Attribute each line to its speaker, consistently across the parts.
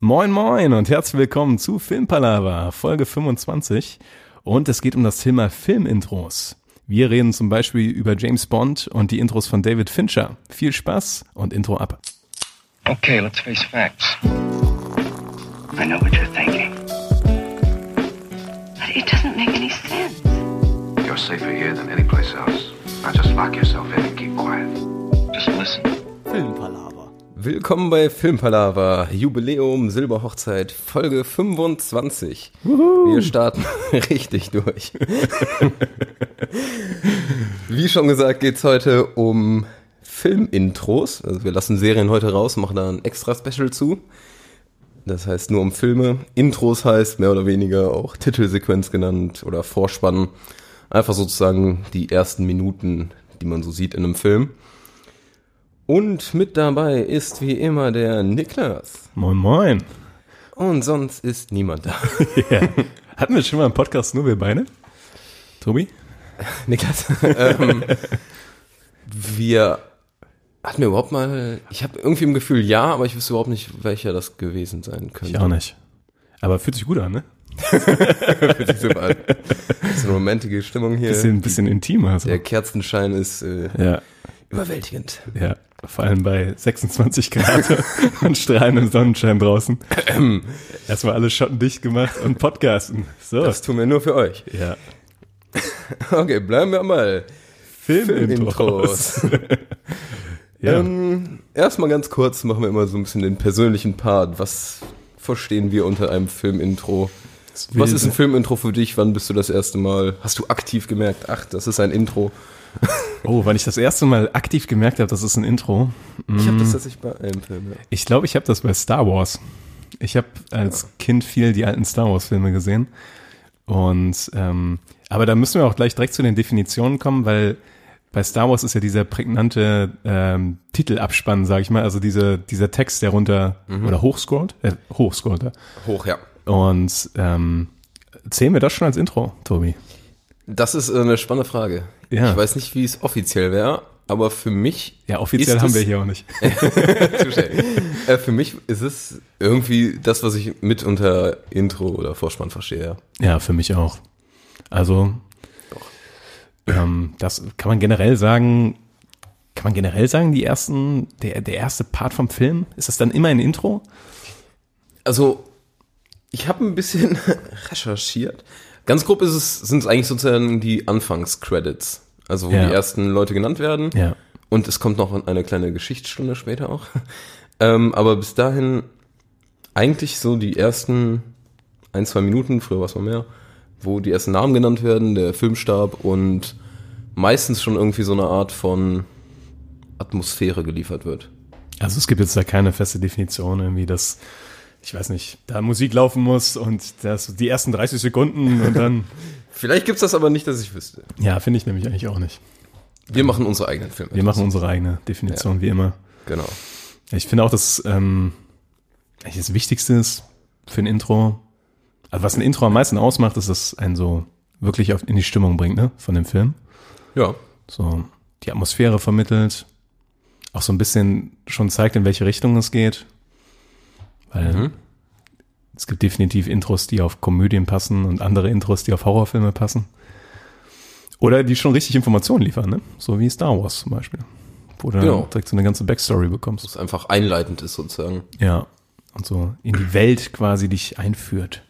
Speaker 1: Moin Moin und herzlich willkommen zu Filmpalava, Folge 25. Und es geht um das Thema Filmintros. Wir reden zum Beispiel über James Bond und die Intros von David Fincher. Viel Spaß und Intro ab.
Speaker 2: Okay, let's face facts. I know what you're thinking.
Speaker 3: But it doesn't make any sense.
Speaker 4: You're safer here than anyplace else. Now just lock yourself in and keep quiet.
Speaker 2: Just listen.
Speaker 5: Filmpalaver.
Speaker 6: Willkommen bei Filmpalava, Jubiläum, Silberhochzeit, Folge 25. Wir starten richtig durch. Wie schon gesagt, geht's heute um Filmintros. Also wir lassen Serien heute raus, machen da ein extra Special zu. Das heißt nur um Filme. Intros heißt mehr oder weniger auch Titelsequenz genannt oder Vorspann. Einfach sozusagen die ersten Minuten, die man so sieht in einem Film. Und mit dabei ist wie immer der Niklas.
Speaker 1: Moin Moin.
Speaker 6: Und sonst ist niemand da.
Speaker 1: Ja. Hatten wir schon mal einen Podcast nur wir beide? Tobi?
Speaker 6: Niklas, ähm, wir hatten wir überhaupt mal, ich habe irgendwie im Gefühl ja, aber ich wüsste überhaupt nicht, welcher das gewesen sein könnte.
Speaker 1: Ich auch nicht. Aber fühlt sich gut an, ne?
Speaker 6: Fühlt sich so an. Das ist eine romantische Stimmung hier.
Speaker 1: Bisschen, bisschen intimer. So.
Speaker 6: Der Kerzenschein ist äh,
Speaker 1: Ja,
Speaker 6: überwältigend.
Speaker 1: ja. Vor allem bei 26 Grad und strahlendem Sonnenschein draußen. Erstmal alle Schotten dicht gemacht und podcasten. So.
Speaker 6: Das tun wir nur für euch.
Speaker 1: ja.
Speaker 6: Okay, bleiben wir mal.
Speaker 1: Filmintros. ja.
Speaker 6: Ähm, erstmal ganz kurz machen wir immer so ein bisschen den persönlichen Part. Was verstehen wir unter einem Filmintro? Was ist ein Filmintro für dich? Wann bist du das erste Mal? Hast du aktiv gemerkt, ach, das ist ein Intro?
Speaker 1: Oh, wann ich das erste Mal aktiv gemerkt habe, das ist ein Intro.
Speaker 6: Ich habe das tatsächlich bei einem Film. Ja.
Speaker 1: Ich glaube, ich habe das bei Star Wars. Ich habe als Kind viel die alten Star Wars-Filme gesehen. Und ähm, aber da müssen wir auch gleich direkt zu den Definitionen kommen, weil bei Star Wars ist ja dieser prägnante ähm, Titelabspann, sage ich mal, also diese, dieser Text, der runter
Speaker 6: Mhm.
Speaker 1: oder hochscrollt, äh, hochscrollt. ja.
Speaker 6: Hoch, ja.
Speaker 1: Und ähm, zählen wir das schon als Intro, Tobi?
Speaker 6: Das ist äh, eine spannende Frage.
Speaker 1: Ja.
Speaker 6: Ich weiß nicht, wie es offiziell wäre, aber für mich.
Speaker 1: Ja, offiziell
Speaker 6: ist
Speaker 1: haben
Speaker 6: es-
Speaker 1: wir hier auch nicht.
Speaker 6: Touché. äh, für mich ist es irgendwie das, was ich mit unter Intro oder Vorspann verstehe. Ja.
Speaker 1: Ja, für mich auch. Also, ähm, das kann man generell sagen, kann man generell sagen, die ersten, der, der erste Part vom Film, ist das dann immer ein Intro?
Speaker 6: Also, ich habe ein bisschen recherchiert. Ganz grob ist es, sind es eigentlich sozusagen die Anfangs-Credits. Also, wo
Speaker 1: Ja.
Speaker 6: die ersten Leute genannt werden.
Speaker 1: Ja.
Speaker 6: Und es kommt noch eine kleine Geschichtsstunde später auch. Ähm, aber bis dahin eigentlich so die ersten ein, zwei Minuten, früher war es mal mehr, wo die ersten Namen genannt werden, der Filmstab und meistens schon irgendwie so eine Art von Atmosphäre geliefert wird.
Speaker 1: Also es gibt jetzt da keine feste Definition irgendwie, dass, ich weiß nicht, da Musik laufen muss und das die ersten 30 Sekunden und dann,
Speaker 6: Vielleicht gibt's das aber nicht, dass ich wüsste.
Speaker 1: ja, finde ich nämlich eigentlich auch nicht.
Speaker 6: Wir machen unsere eigenen Filme.
Speaker 1: Wir machen unsere eigene Definition, wie immer.
Speaker 6: Genau.
Speaker 1: Ich finde auch, dass ähm, eigentlich das Wichtigste ist für ein Intro, also was ein Intro am meisten ausmacht, ist, dass es einen so wirklich auf, in die Stimmung bringt, ne, von dem Film.
Speaker 6: Ja.
Speaker 1: So die Atmosphäre vermittelt, auch so ein bisschen schon zeigt, in welche Richtung es geht. Weil es gibt definitiv Intros, die auf Komödien passen und andere Intros, die auf Horrorfilme passen. Oder die schon richtig Informationen liefern, ne? So wie Star Wars zum Beispiel. Wo du
Speaker 6: Genau.
Speaker 1: dann direkt so eine ganze Backstory bekommst.
Speaker 6: Was einfach einleitend ist sozusagen.
Speaker 1: Ja. Und so in die Welt quasi dich einführt.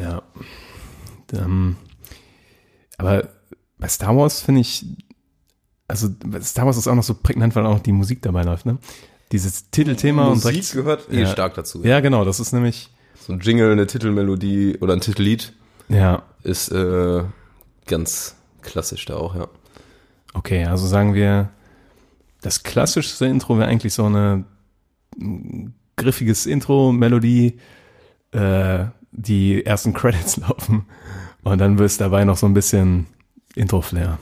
Speaker 1: Ja. Ähm, aber bei Star Wars finde ich, also bei Star Wars ist auch noch so prägnant, weil auch die Musik dabei läuft, ne? Dieses Titelthema und
Speaker 6: Musik
Speaker 1: direkt-
Speaker 6: gehört eh
Speaker 1: Ja.
Speaker 6: stark dazu.
Speaker 1: Ja, genau, das ist nämlich,
Speaker 6: So ein Jingle, eine Titelmelodie oder ein Titellied
Speaker 1: ja,
Speaker 6: ist äh, ganz klassisch da auch, ja.
Speaker 1: okay, also sagen wir, das klassischste Intro wäre eigentlich so eine mm, griffiges Intro, Melodie, äh, die ersten Credits laufen und dann wirst dabei noch so ein bisschen Intro-Flair.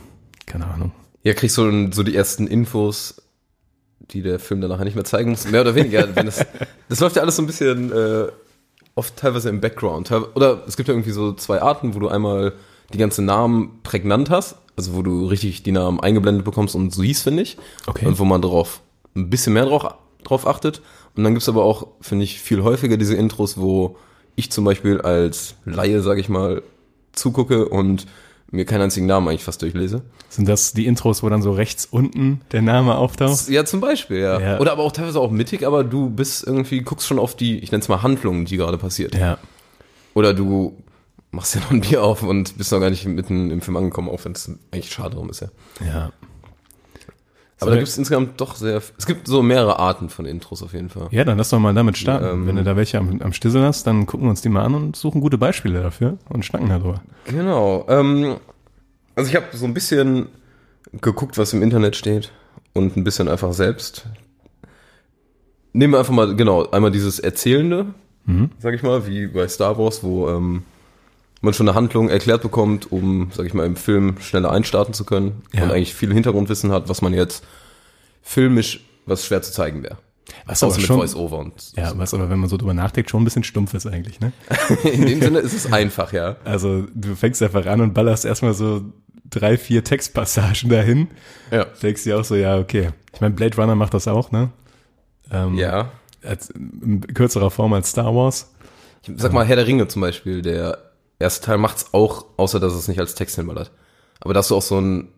Speaker 1: Keine Ahnung.
Speaker 6: Ja, kriegst du so die ersten Infos, die der Film dann nachher nicht mehr zeigen muss, mehr oder weniger. wenn das, das läuft ja alles so ein bisschen äh, oft teilweise im Background. Teil- Oder es gibt ja irgendwie so zwei Arten, wo du einmal die ganzen Namen prägnant hast, also wo du richtig die Namen eingeblendet bekommst und so hieß, finde ich.
Speaker 1: Okay.
Speaker 6: Und wo man drauf ein bisschen mehr drauf drauf achtet. Und dann gibt's aber auch, finde ich, viel häufiger diese Intros, wo ich zum Beispiel als Laie, sage ich mal, zugucke und mir keinen einzigen Namen eigentlich fast durchlese.
Speaker 1: Sind das die Intros, wo dann so rechts unten der Name auftaucht?
Speaker 6: Ja, zum Beispiel, ja.
Speaker 1: Ja.
Speaker 6: Oder aber auch teilweise auch mittig, aber du bist irgendwie, guckst schon auf die, ich nenne es mal Handlungen, die gerade passiert.
Speaker 1: Ja.
Speaker 6: Oder du machst dir noch ein Bier auf und bist noch gar nicht mitten im Film angekommen, auch wenn es eigentlich schade drum ist, ja.
Speaker 1: Ja.
Speaker 6: Aber da gibt es insgesamt doch sehr, es gibt so mehrere Arten von Intros auf jeden Fall.
Speaker 1: Ja, dann lass doch mal damit starten.
Speaker 6: Ähm,
Speaker 1: Wenn du da welche am, am Stissel hast, dann gucken wir uns die mal an und suchen gute Beispiele dafür und schnacken darüber.
Speaker 6: Genau. Ähm, also ich habe so ein bisschen geguckt, was im Internet steht und ein bisschen einfach selbst. Nehmen wir einfach mal, genau, einmal dieses Erzählende,
Speaker 1: Mhm.
Speaker 6: sag ich mal, wie bei Star Wars, wo ähm, man schon eine Handlung erklärt bekommt, um, sag ich mal, im Film schneller einstarten zu können
Speaker 1: Ja.
Speaker 6: und eigentlich viel Hintergrundwissen hat, was man jetzt filmisch, was schwer zu zeigen wäre.
Speaker 1: Was
Speaker 6: Außer mit Voice-Over und
Speaker 1: ja, was aber, wenn man so drüber nachdenkt, schon ein bisschen stumpf ist eigentlich, ne?
Speaker 6: in dem Sinne ist es einfach, ja.
Speaker 1: Also, du fängst einfach an und ballerst erstmal so drei, vier Textpassagen dahin.
Speaker 6: Ja.
Speaker 1: Denkst dir auch so, ja, okay. Ich meine, Blade Runner macht das auch, ne? Ähm,
Speaker 6: Ja.
Speaker 1: Als, in kürzerer Form als Star Wars.
Speaker 6: Sag mal, Herr der Ringe zum Beispiel, der erste Teil macht's auch, außer dass es nicht als Text hinballert. Aber da hast du auch so ein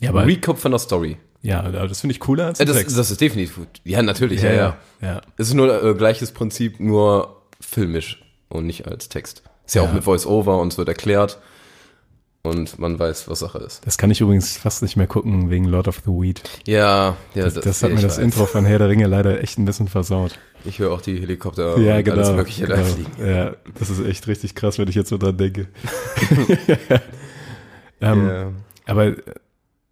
Speaker 1: Ja, aber,
Speaker 6: Recap von der Story.
Speaker 1: ja, aber das finde ich cooler als
Speaker 6: Äh,
Speaker 1: ein
Speaker 6: das,
Speaker 1: Text.
Speaker 6: das ist definitiv gut. Ja, natürlich, ja, ja.
Speaker 1: ja.
Speaker 6: Es ist nur äh, gleiches Prinzip, nur filmisch und nicht als Text. Ist ja, auch
Speaker 1: Ja.
Speaker 6: mit Voice-Over und es wird erklärt und man weiß, was Sache ist.
Speaker 1: Das kann ich übrigens fast nicht mehr gucken wegen Lord of the Weed.
Speaker 6: Ja, ja,
Speaker 1: Das, das hat
Speaker 6: ja,
Speaker 1: mir
Speaker 6: ich
Speaker 1: das
Speaker 6: weiß.
Speaker 1: Intro von Herr der Ringe leider echt ein bisschen versaut.
Speaker 6: Ich höre auch die Helikopter
Speaker 1: Ja,
Speaker 6: und
Speaker 1: genau.
Speaker 6: Oh, alles Mögliche da
Speaker 1: genau.
Speaker 6: fliegen.
Speaker 1: Ja, das ist echt richtig krass, wenn ich jetzt so dran denke. ähm,
Speaker 6: Ja.
Speaker 1: Aber äh,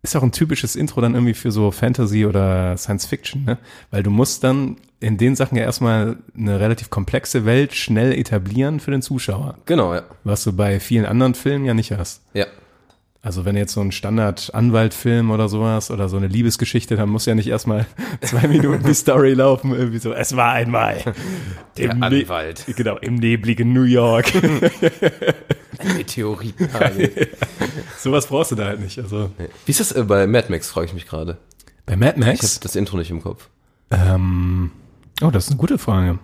Speaker 1: ist auch ein typisches Intro dann irgendwie für so Fantasy oder Science Fiction, ne? Weil du musst dann in den Sachen ja erstmal eine relativ komplexe Welt schnell etablieren für den Zuschauer,
Speaker 6: Genau, ja.
Speaker 1: was du bei vielen anderen Filmen ja nicht hast.
Speaker 6: Ja.
Speaker 1: Also wenn jetzt so ein Standard-Anwaltfilm oder sowas oder so eine Liebesgeschichte, dann muss ja nicht erstmal zwei Minuten die Story laufen, irgendwie so, es war einmal. Der
Speaker 6: Der Anwalt.
Speaker 1: Genau, im nebligen New York.
Speaker 6: Theorie.
Speaker 1: sowas brauchst du da halt nicht. Also
Speaker 6: Wie ist das äh, bei Mad Max, frage ich mich gerade.
Speaker 1: Bei Mad
Speaker 6: Ich habe
Speaker 1: Max?
Speaker 6: das Intro nicht im Kopf.
Speaker 1: Ähm, oh, das ist eine gute Frage.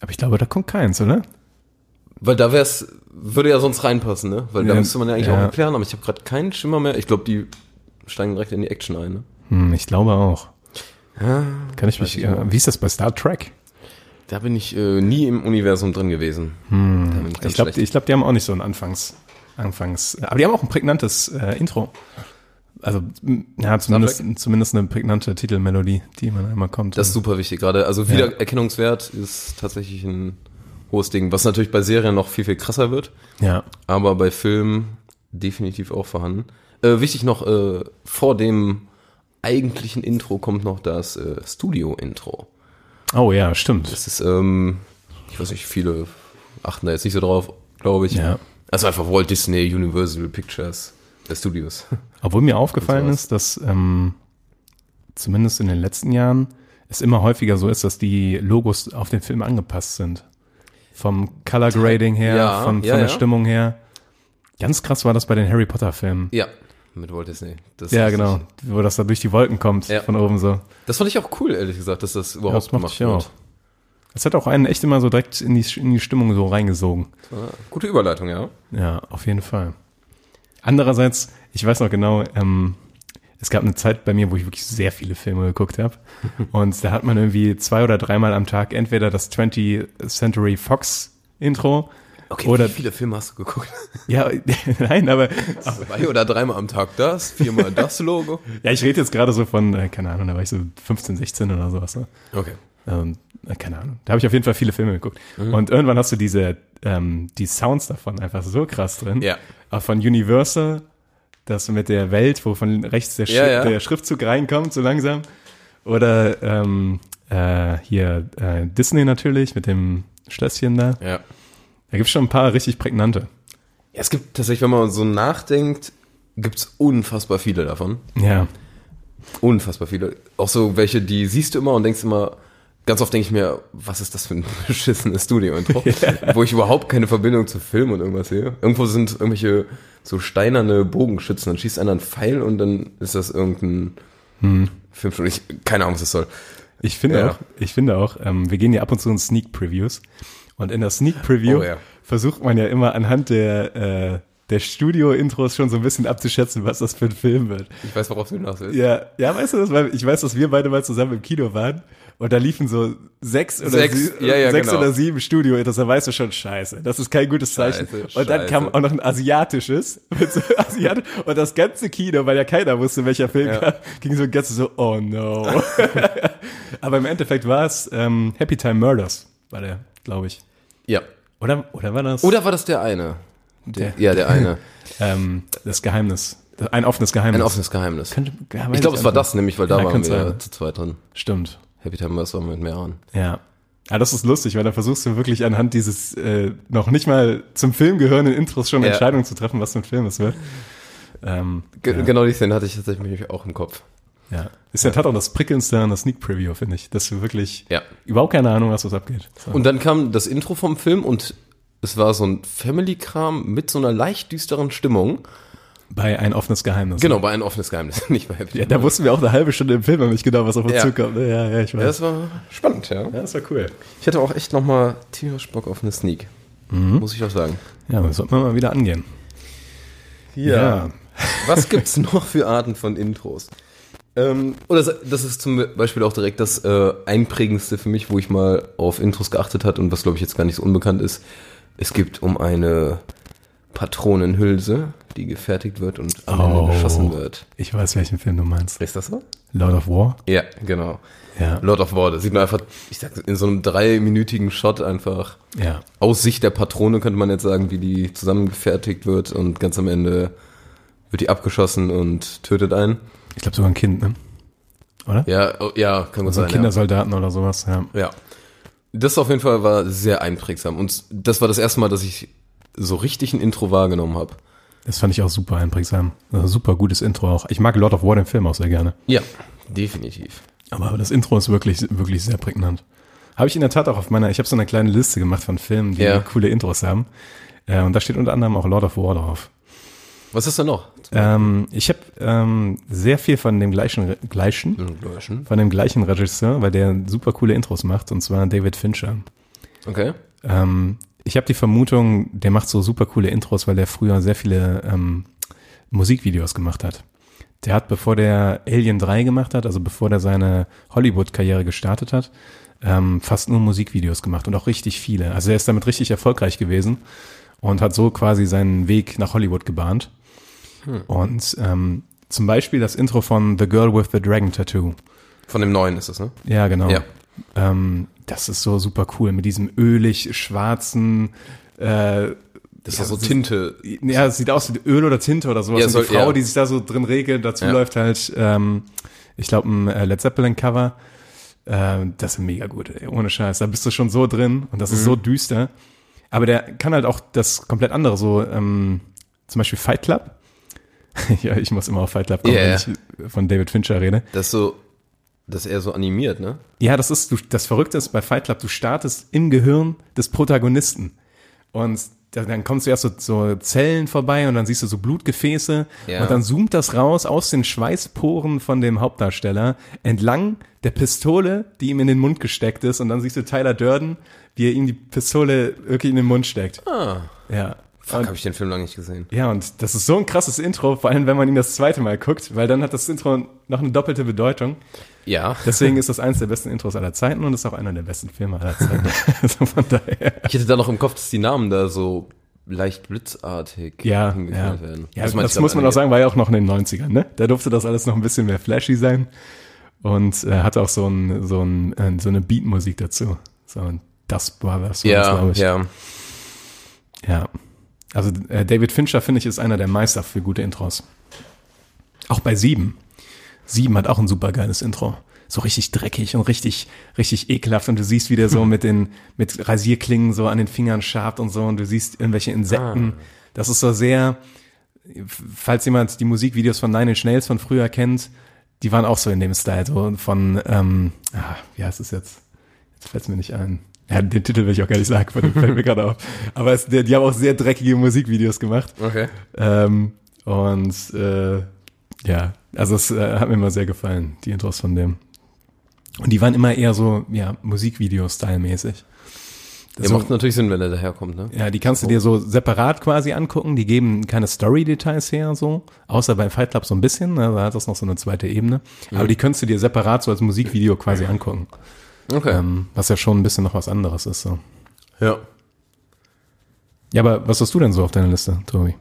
Speaker 1: Aber ich glaube, da kommt keins, oder?
Speaker 6: Weil da wär's, würde ja sonst reinpassen, ne? Weil da
Speaker 1: Ja,
Speaker 6: müsste man ja eigentlich
Speaker 1: ja.
Speaker 6: auch erklären, aber ich habe gerade keinen Schimmer mehr. Ich glaube, die steigen direkt in die Action ein, ne?
Speaker 1: Hm, ich glaube auch. Kann ich mich, äh, wie ist das bei Star Trek?
Speaker 6: Da bin ich äh, nie im Universum drin gewesen. Hm, da bin ganz
Speaker 1: Ich glaube,
Speaker 6: schlecht.
Speaker 1: ich glaub, die haben auch nicht so ein Anfangs, Anfangs. äh, Aber die haben auch ein prägnantes äh, Intro. Also, m, ja, zumindest, zumindest eine prägnante Titelmelodie, die man einmal kommt.
Speaker 6: das ist super wichtig gerade. Also Wiedererkennungswert ist tatsächlich ein hohes Ding, was natürlich bei Serien noch viel, viel krasser wird,
Speaker 1: ja.
Speaker 6: aber bei Filmen definitiv auch vorhanden. Äh, wichtig noch, äh, vor dem eigentlichen Intro kommt noch das äh, Studio-Intro.
Speaker 1: Oh ja, stimmt.
Speaker 6: Das ist, ähm, ich weiß nicht, viele achten da jetzt nicht so drauf, glaube ich.
Speaker 1: Ja.
Speaker 6: Also einfach Walt Disney, Universal Pictures äh, Studios.
Speaker 1: Obwohl mir aufgefallen
Speaker 6: sowas.
Speaker 1: ist, dass ähm, zumindest in den letzten Jahren es immer häufiger so ist, dass die Logos auf den Film angepasst sind. Vom Color Grading her,
Speaker 6: Ja,
Speaker 1: von, von
Speaker 6: ja,
Speaker 1: der
Speaker 6: ja.
Speaker 1: Stimmung her. Ganz krass war das bei den Harry Potter Filmen.
Speaker 6: ja, mit Walt Disney. Das
Speaker 1: Ja,
Speaker 6: ist
Speaker 1: genau.
Speaker 6: richtig.
Speaker 1: Wo das da durch die Wolken kommt,
Speaker 6: Ja.
Speaker 1: von oben so.
Speaker 6: Das fand ich auch cool, ehrlich gesagt, dass das
Speaker 1: Ja,
Speaker 6: überhaupt
Speaker 1: das macht
Speaker 6: gemacht
Speaker 1: ich auch. Das hat auch einen echt immer so direkt in die, in die Stimmung so reingesogen.
Speaker 6: wird. Ah, Gute Überleitung, ja.
Speaker 1: Ja, auf jeden Fall. Andererseits, ich weiß noch genau, ähm, es gab eine Zeit bei mir, wo ich wirklich sehr viele Filme geguckt habe. Und da hat man irgendwie zwei oder dreimal am Tag entweder das 20th Century Fox Intro oder
Speaker 6: wie viele Filme hast du geguckt?
Speaker 1: ja, nein, aber
Speaker 6: Zwei oder dreimal am Tag das, viermal das Logo.
Speaker 1: ja, ich rede jetzt gerade so von äh, keine Ahnung, da war ich so 15, 16 oder sowas. Ne?
Speaker 6: Okay.
Speaker 1: Ähm, äh, keine Ahnung. Da habe ich auf jeden Fall viele Filme geguckt. Und irgendwann hast du diese, ähm, die Sounds davon einfach so krass drin.
Speaker 6: Ja.
Speaker 1: Auch Ah, von Universal, das mit der Welt, wo von rechts der, Schri
Speaker 6: Ja, ja.
Speaker 1: der Schriftzug reinkommt, so langsam. Oder ähm, äh, hier äh, Disney natürlich mit dem Schlösschen da.
Speaker 6: Ja. ja.
Speaker 1: Da gibt's schon ein paar richtig prägnante.
Speaker 6: Es gibt tatsächlich, wenn man so nachdenkt, gibt's unfassbar viele davon.
Speaker 1: Ja.
Speaker 6: Unfassbar viele. Auch so welche, die siehst du immer und denkst immer, ganz oft denke ich mir, was ist das für ein beschissenes Studio-Intro, wo ich überhaupt keine Verbindung zu Film und irgendwas sehe. Irgendwo sind irgendwelche so steinerne Bogenschützen, dann Hm. schießt einer einen Pfeil und dann ist das irgendein Film schon. Ich, keine Ahnung, was das soll.
Speaker 1: Ich finde
Speaker 6: Ja.
Speaker 1: auch, ich finde auch, ähm, wir gehen ja ab und zu in Sneak Previews und in der Sneak Preview
Speaker 6: Oh ja.
Speaker 1: versucht man ja immer anhand der, äh, der Studio-Intros schon so ein bisschen abzuschätzen, was das für ein Film wird.
Speaker 6: Ich weiß, worauf du hinaus willst.
Speaker 1: Ja, ja, weißt du das? Weil ich weiß, dass wir beide mal zusammen im Kino waren und da liefen so sechs oder,
Speaker 6: Sechs,
Speaker 1: sie
Speaker 6: ja, ja,
Speaker 1: sechs
Speaker 6: genau.
Speaker 1: oder sieben studio das da weißt du schon, scheiße, das ist kein gutes Zeichen.
Speaker 6: Scheiße,
Speaker 1: und dann
Speaker 6: scheiße.
Speaker 1: kam auch noch ein asiatisches mit so Asiat und das ganze Kino, weil ja keiner wusste, welcher Film
Speaker 6: Ja.
Speaker 1: kam, ging so ganz so, oh no. Aber im Endeffekt war es ähm, Happy Time Murders, war der, glaube ich.
Speaker 6: Ja.
Speaker 1: Oder, oder war das
Speaker 6: Oder war das der eine? Der, ja, der eine.
Speaker 1: ähm, das Geheimnis? Ein offenes Geheimnis.
Speaker 6: Ein offenes Geheimnis.
Speaker 1: Könnte- weiß
Speaker 6: ich glaube, es war das nämlich, weil da
Speaker 1: Ja,
Speaker 6: waren
Speaker 1: könnte
Speaker 6: wir
Speaker 1: sein.
Speaker 6: zu zweit drin.
Speaker 1: Stimmt.
Speaker 6: Happy Time Murders war mit mehreren.
Speaker 1: Ja. Ah, das ist lustig, weil da versuchst du wirklich anhand dieses äh, noch nicht mal zum Film gehörenden Intros schon
Speaker 6: Ja.
Speaker 1: Entscheidungen zu treffen, was für ein Film es wird. Ähm,
Speaker 6: Ge Genau die Szene hatte ich tatsächlich auch im Kopf.
Speaker 1: ja. Ist ja tat auch das Prickelndste an der Sneak Preview, finde ich, dass du wirklich
Speaker 6: Ja.
Speaker 1: überhaupt keine Ahnung hast, was abgeht. So.
Speaker 6: Und dann kam das Intro vom Film und es war so ein Family-Kram mit so einer leicht düsteren Stimmung.
Speaker 1: bei ein offenes Geheimnis.
Speaker 6: Genau, bei ein offenes Geheimnis, nicht bei Happy
Speaker 1: Ja, da wussten wir auch eine halbe Stunde im Film noch nicht genau, was auf uns
Speaker 6: Ja.
Speaker 1: zukommt. Ja, ja, ich weiß.
Speaker 6: Ja, das war spannend, ja.
Speaker 1: Ja, das war cool.
Speaker 6: Ich hätte auch echt nochmal tierisch Bock auf eine Sneak. Muss ich auch sagen.
Speaker 1: Ja, das sollten wir mal wieder angehen. Ja.
Speaker 6: Was gibt's noch für Arten von Intros? Ähm, oder so- das ist zum Beispiel auch direkt das äh, einprägendste für mich, wo ich mal auf Intros geachtet hat und was glaube ich jetzt gar nicht so unbekannt ist. Es gibt um eine Patronenhülse, die gefertigt wird und am
Speaker 1: Oh.
Speaker 6: Ende geschossen wird.
Speaker 1: Ich weiß, welchen Film du meinst.
Speaker 6: Ist das so?
Speaker 1: Lord of War?
Speaker 6: Ja, genau.
Speaker 1: Ja.
Speaker 6: Lord of War, das sieht man einfach, ich sag, in so einem dreiminütigen Shot einfach
Speaker 1: Ja.
Speaker 6: aus Sicht der Patrone könnte man jetzt sagen, wie die zusammengefertigt wird und ganz am Ende wird die abgeschossen und tötet einen.
Speaker 1: Ich glaube sogar ein Kind, ne? Oder?
Speaker 6: Ja, oh, ja, kann gut
Speaker 1: so
Speaker 6: sein.
Speaker 1: Kindersoldaten oder sowas, ja.
Speaker 6: ja. ja. Das auf jeden Fall war sehr einprägsam und das war das erste Mal, dass ich so richtig ein Intro wahrgenommen habe.
Speaker 1: Das fand ich auch super einprägsam. Also super gutes Intro auch. Ich mag Lord of War den Film auch sehr gerne.
Speaker 6: Ja, definitiv.
Speaker 1: Aber das Intro ist wirklich, wirklich sehr prägnant. Habe ich in der Tat auch auf meiner, ich habe so eine kleine Liste gemacht von Filmen, die
Speaker 6: Ja.
Speaker 1: coole Intros haben. Äh, und da steht unter anderem auch Lord of War drauf.
Speaker 6: Was ist da noch?
Speaker 1: Ähm, ich habe ähm, sehr viel von dem gleichen, Re- gleichen, von dem gleichen Regisseur, weil der super coole Intros macht, und zwar David Fincher.
Speaker 6: Okay.
Speaker 1: Ähm, ich habe die Vermutung, der macht so super coole Intros, weil der früher sehr viele ähm, Musikvideos gemacht hat. Der hat, bevor der Alien 3 gemacht hat, also bevor der seine Hollywood-Karriere gestartet hat, ähm, fast nur Musikvideos gemacht und auch richtig viele. Also er ist damit richtig erfolgreich gewesen und hat so quasi seinen Weg nach Hollywood gebahnt. Und ähm, zum Beispiel das Intro von The Girl with the Dragon Tattoo.
Speaker 6: Von dem neuen ist das, ne?
Speaker 1: Ja, genau.
Speaker 6: Ja.
Speaker 1: Ähm, das ist so super cool mit diesem ölig-schwarzen, äh,
Speaker 6: Das ist so Tinte.
Speaker 1: ja, es sieht aus wie Öl oder Tinte oder sowas.
Speaker 6: Ja,
Speaker 1: und
Speaker 6: soll-
Speaker 1: die Frau,
Speaker 6: ja.
Speaker 1: die sich da so drin regelt, dazu
Speaker 6: Ja.
Speaker 1: läuft halt, ähm, ich glaube, ein äh, Led Zeppelin-Cover. Ähm, das ist mega gut, ey, ohne Scheiß. Da bist du schon so drin und
Speaker 6: Mhm.
Speaker 1: das ist so düster. Aber der kann halt auch das komplett andere, so ähm, zum Beispiel Fight Club. ja, ich muss immer auf Fight Club kommen,
Speaker 6: Ja,
Speaker 1: wenn ich von David Fincher rede.
Speaker 6: Das ist so, das ist eher so animiert, ne?
Speaker 1: Ja, das ist, du, das Verrückte ist bei Fight Club, du startest im Gehirn des Protagonisten. Und da- dann kommst du erst so, so Zellen vorbei und dann siehst du so Blutgefäße
Speaker 6: Ja.
Speaker 1: und dann zoomt das raus aus den Schweißporen von dem Hauptdarsteller entlang der Pistole, die ihm in den Mund gesteckt ist und dann siehst du Tyler Durden, wie er ihm die Pistole wirklich in den Mund steckt.
Speaker 6: Ah.
Speaker 1: Ja.
Speaker 6: Fuck, habe ich den Film lange nicht gesehen.
Speaker 1: Ja, und das ist so ein krasses Intro, vor allem wenn man ihn das zweite Mal guckt, weil dann hat das Intro noch eine doppelte Bedeutung.
Speaker 6: Ja.
Speaker 1: Deswegen ist das eines der besten Intros aller Zeiten und ist auch einer der besten Filme aller Zeiten. also von daher.
Speaker 6: Ich hätte da noch im Kopf, dass die Namen da so leicht blitzartig
Speaker 1: Ja, ja.
Speaker 6: hingeknallt
Speaker 1: ja
Speaker 6: Das
Speaker 1: das,
Speaker 6: meinte ich
Speaker 1: muss man
Speaker 6: damit
Speaker 1: auch sagen, war ja auch noch in den 90ern, ne? Da durfte das alles noch ein bisschen mehr flashy sein und äh, hatte auch so, ein, so, ein, äh, so eine Beatmusik dazu. So ein Dust Brothers, war das,
Speaker 6: Ja,
Speaker 1: glaub ich.
Speaker 6: ja.
Speaker 1: ja. Also äh, David Fincher, finde ich, ist einer der Meister für gute Intros. Auch bei Sieben. Sieben hat auch ein super geiles Intro. So richtig dreckig und richtig, richtig ekelhaft. Und du siehst, wie der so mit den, mit Rasierklingen so an den Fingern schabt und so. Und du siehst irgendwelche Insekten. Das ist so sehr, falls jemand die Musikvideos von Nine Inch Nails von früher kennt, die waren auch so in dem Style. So von, ähm, ah, wie heißt es jetzt? Jetzt fällt es mir nicht ein. Ja, den Titel will ich auch gar nicht sagen, weil der fällt mir gerade auf. Aber es, die, die haben auch sehr dreckige Musikvideos gemacht.
Speaker 6: Okay.
Speaker 1: Ähm, und äh, ja, also es äh, hat mir immer sehr gefallen, die Intros von dem. Und die waren immer eher so, ja, Musikvideo-Style-mäßig.
Speaker 6: Ja,
Speaker 1: So-
Speaker 6: macht natürlich Sinn, wenn er daherkommt, ne?
Speaker 1: ja, die kannst du dir so separat quasi angucken. Die geben keine Story-Details her, so. Außer bei Fight Club so ein bisschen, ne? da hat das noch so eine zweite Ebene. Aber die kannst du dir separat so als Musikvideo quasi angucken.
Speaker 6: Okay.
Speaker 1: Ähm, was ja schon ein bisschen noch was anderes ist, so.
Speaker 6: Ja.
Speaker 1: Ja, aber was hast du denn so auf deiner Liste, Tobi?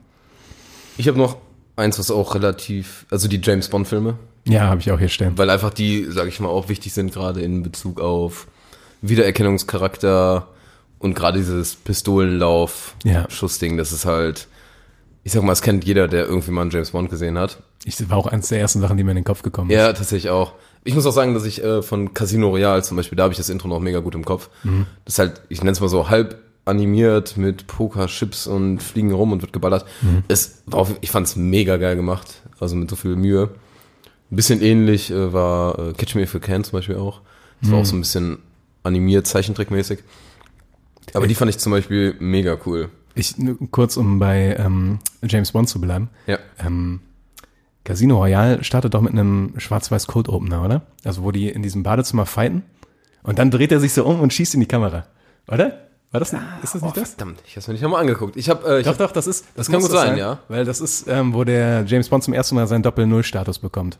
Speaker 6: Ich habe noch eins, was auch relativ, also die James Bond Filme,
Speaker 1: Ja, habe ich auch hier stehen.
Speaker 6: weil einfach die, sage ich mal, auch wichtig sind gerade in Bezug auf Wiedererkennungscharakter und gerade dieses Pistolenlauf,
Speaker 1: Ja.
Speaker 6: Schussding, das ist halt, ich sag mal, es kennt jeder, der irgendwie mal einen James Bond gesehen hat.
Speaker 1: Ich war auch eins der ersten Sachen, die mir in den Kopf gekommen ist.
Speaker 6: Ja, tatsächlich auch. Ich muss auch sagen, dass ich äh, von Casino Royale zum Beispiel, da habe ich das Intro noch mega gut im Kopf. Das ist halt, ich nenne es mal so, halb animiert mit Poker, Chips und Fliegen rum und wird geballert. Es war auf, ich fand's mega geil gemacht, also mit so viel Mühe. Ein bisschen ähnlich äh, war äh, Catch Me If You Can zum Beispiel auch. Das war auch so ein bisschen animiert, zeichentrickmäßig. Aber die fand ich zum Beispiel mega cool.
Speaker 1: Ich, nur kurz um bei ähm, James Bond zu bleiben.
Speaker 6: Ja.
Speaker 1: Ähm, Casino Royale startet doch mit einem schwarz-weiß Code Opener, oder? Also wo die in diesem Badezimmer fighten und dann dreht er sich so um und schießt in die Kamera, oder? War das? ist das nicht das?
Speaker 6: Verdammt, ich hab's mir nicht nochmal angeguckt. Ich habe äh, ich
Speaker 1: Doch,
Speaker 6: hab,
Speaker 1: doch, das ist. Das,
Speaker 6: kann
Speaker 1: muss
Speaker 6: gut sein, ja.
Speaker 1: Weil das ist, ähm, wo der James Bond zum ersten Mal seinen Doppel-Null-Status bekommt.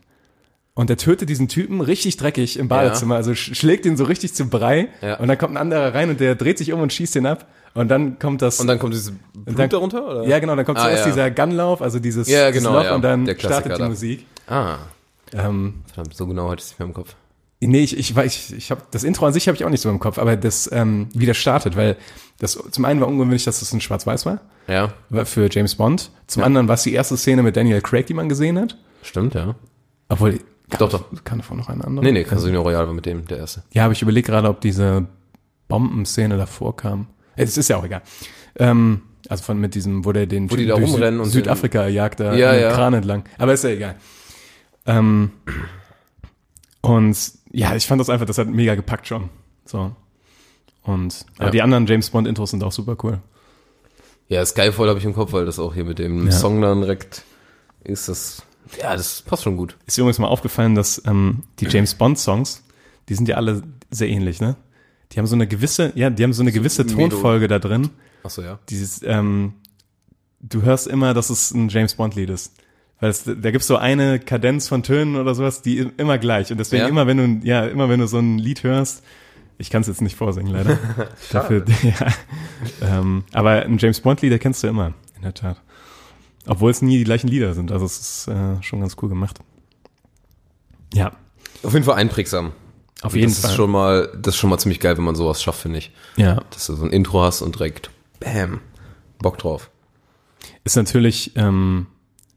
Speaker 1: Und er tötet diesen Typen richtig dreckig im Badezimmer, also sch schlägt ihn so richtig zu Brei
Speaker 6: Ja.
Speaker 1: und dann kommt ein anderer rein und der dreht sich um und schießt ihn ab und dann kommt das
Speaker 6: und dann kommt dieses
Speaker 1: und
Speaker 6: Blut
Speaker 1: dann-
Speaker 6: darunter? Oder?
Speaker 1: Ja, genau, dann kommt
Speaker 6: Ah,
Speaker 1: zuerst
Speaker 6: ja.
Speaker 1: dieser Gunlauf, also dieses,
Speaker 6: Ja,
Speaker 1: dieses
Speaker 6: genau,
Speaker 1: Loch
Speaker 6: ja,
Speaker 1: und dann
Speaker 6: der Klassiker
Speaker 1: startet die
Speaker 6: da.
Speaker 1: Musik.
Speaker 6: Ah.
Speaker 1: Ähm,
Speaker 6: Verdammt, so genau hatte ich es nicht mehr im Kopf.
Speaker 1: nee, ich, ich weiß, ich, ich habe das Intro an sich habe ich auch nicht so im Kopf, aber das, ähm, wie das startet, weil das zum einen war ungewöhnlich, dass das in Schwarz-Weiß war,
Speaker 6: Ja,
Speaker 1: war für James Bond. Zum anderen war es die erste Szene mit Daniel Craig, die man gesehen hat.
Speaker 6: stimmt, ja.
Speaker 1: Obwohl, kann,
Speaker 6: Doch, doch.
Speaker 1: kann davon noch eine andere.
Speaker 6: Nee, nee, Casino Royale war mit dem der erste.
Speaker 1: Ja, aber ich überlege gerade, ob diese Bombenszene davor kam. Es ist ja auch egal. Ähm, also von mit diesem, wo der den
Speaker 6: Wo die da
Speaker 1: durch
Speaker 6: rumrennen und den-
Speaker 1: Südafrika jagt, da
Speaker 6: Ja,
Speaker 1: an den
Speaker 6: ja.
Speaker 1: Kran entlang. Aber ist ja egal. Ähm, und ja, ich fand das einfach, das hat mega gepackt schon. So. Und aber
Speaker 6: Ja.
Speaker 1: die anderen James Bond Intros sind auch super cool.
Speaker 6: Ja, Skyfall habe ich im Kopf, weil das auch hier mit dem
Speaker 1: Ja.
Speaker 6: Song dann direkt ist das. Ja, das passt schon gut.
Speaker 1: Ist übrigens mal aufgefallen, dass ähm, die James Bond Songs, die sind ja alle sehr ähnlich, ne? Die haben so eine gewisse, ja, die haben so eine gewisse
Speaker 6: Melo-
Speaker 1: Tonfolge da drin.
Speaker 6: Achso, ja.
Speaker 1: dieses, ähm, du hörst immer, dass es ein James Bond-Lied ist. Weil es, da gibt's so eine Kadenz von Tönen oder sowas, die i- immer gleich. Und deswegen
Speaker 6: Ja?
Speaker 1: immer, wenn du, ja, immer wenn du so ein Lied hörst, ich kann's jetzt nicht vorsingen, leider. Dafür, ja. ähm, aber ein James Bond-Lied erkennst du immer, in der Tat. Obwohl es nie die gleichen Lieder sind. Also es ist äh, schon ganz cool gemacht. Ja,
Speaker 6: Auf jeden Fall einprägsam.
Speaker 1: auf jeden
Speaker 6: Also das
Speaker 1: Fall.
Speaker 6: ist schon mal, das ist schon mal ziemlich geil, wenn man sowas schafft, finde ich.
Speaker 1: ja.
Speaker 6: Dass du so ein Intro hast und direkt Bam. Bock drauf.
Speaker 1: Ist natürlich, ähm,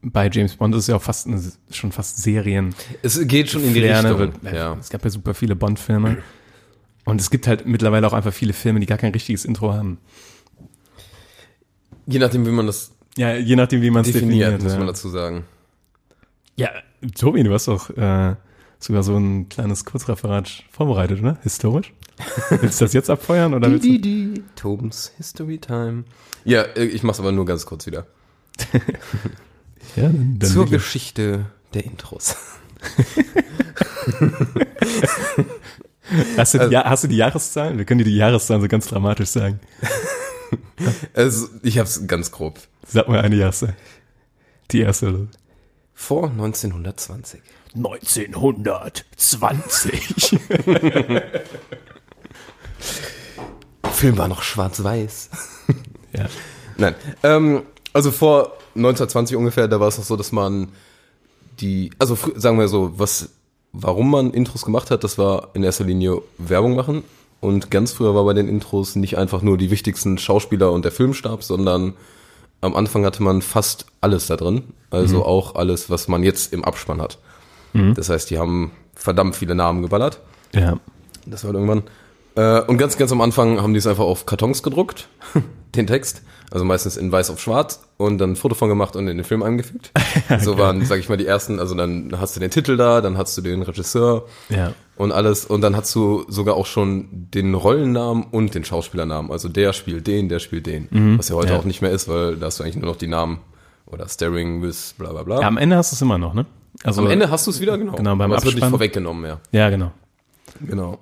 Speaker 1: bei James Bond ist es ja auch fast eine, schon fast Serien.
Speaker 6: Es geht schon in die
Speaker 1: Flair, ne,
Speaker 6: Richtung.
Speaker 1: Wird,
Speaker 6: ja.
Speaker 1: Es gab ja super viele Bond-Filme. Und es gibt halt mittlerweile auch einfach viele Filme, die gar kein richtiges Intro haben.
Speaker 6: Je nachdem, wie man das
Speaker 1: Ja, je nachdem, wie man es
Speaker 6: definiert,
Speaker 1: definiert.
Speaker 6: muss
Speaker 1: ja.
Speaker 6: man dazu sagen.
Speaker 1: ja, Tobi, du hast doch äh, sogar so ein kleines Kurzreferat vorbereitet, oder? Historisch? Willst du das jetzt abfeuern? Oder willst du?
Speaker 6: di. Tobens History Time. Ja, äh, ich mach's aber nur ganz kurz wieder.
Speaker 1: Ja, dann, dann
Speaker 6: Zur
Speaker 1: wirklich.
Speaker 6: Geschichte der Intros.
Speaker 1: hast, du die, Ja- hast du die Jahreszahlen? Wir können dir die Jahreszahlen so ganz dramatisch sagen.
Speaker 6: Also, ich hab's ganz grob.
Speaker 1: Sag mal eine Jahreszahl. Die erste.
Speaker 6: Vor 1920.
Speaker 1: 1920.
Speaker 6: Film war noch schwarz-weiß.
Speaker 1: ja.
Speaker 6: Nein. Ähm, also vor 1920 ungefähr, da war es noch so, dass man die, also frü- sagen wir so, was, warum man Intros gemacht hat, das war in erster Linie Werbung machen. Und ganz früher war bei den Intros nicht einfach nur die wichtigsten Schauspieler und der Filmstab, sondern am Anfang hatte man fast alles da drin. Also auch alles, was man jetzt im Abspann hat. Das heißt, die haben verdammt viele Namen geballert.
Speaker 1: ja.
Speaker 6: Das war halt irgendwann. Äh, und ganz, ganz am Anfang haben die es einfach auf Kartons gedruckt, den Text. Also meistens in weiß auf schwarz und dann ein Foto von gemacht und in den Film eingefügt. So waren, sag ich mal, die ersten. Also dann hast du den Titel da, dann hast du den Regisseur
Speaker 1: Ja.
Speaker 6: und alles. Und dann hast du sogar auch schon den Rollennamen und den Schauspielernamen. Also der spielt den, der spielt den. Was ja heute
Speaker 1: Mhm. Ja.
Speaker 6: auch nicht mehr ist, weil da hast du eigentlich nur noch die Namen oder Staring with bla bla bla.
Speaker 1: Ja, am Ende hast du es immer noch, ne? Also,
Speaker 6: am Ende hast du es wieder, genau.
Speaker 1: Genau, beim
Speaker 6: Aber es wird nicht
Speaker 1: Abspann.
Speaker 6: vorweggenommen, ja.
Speaker 1: Ja, genau.
Speaker 6: Genau.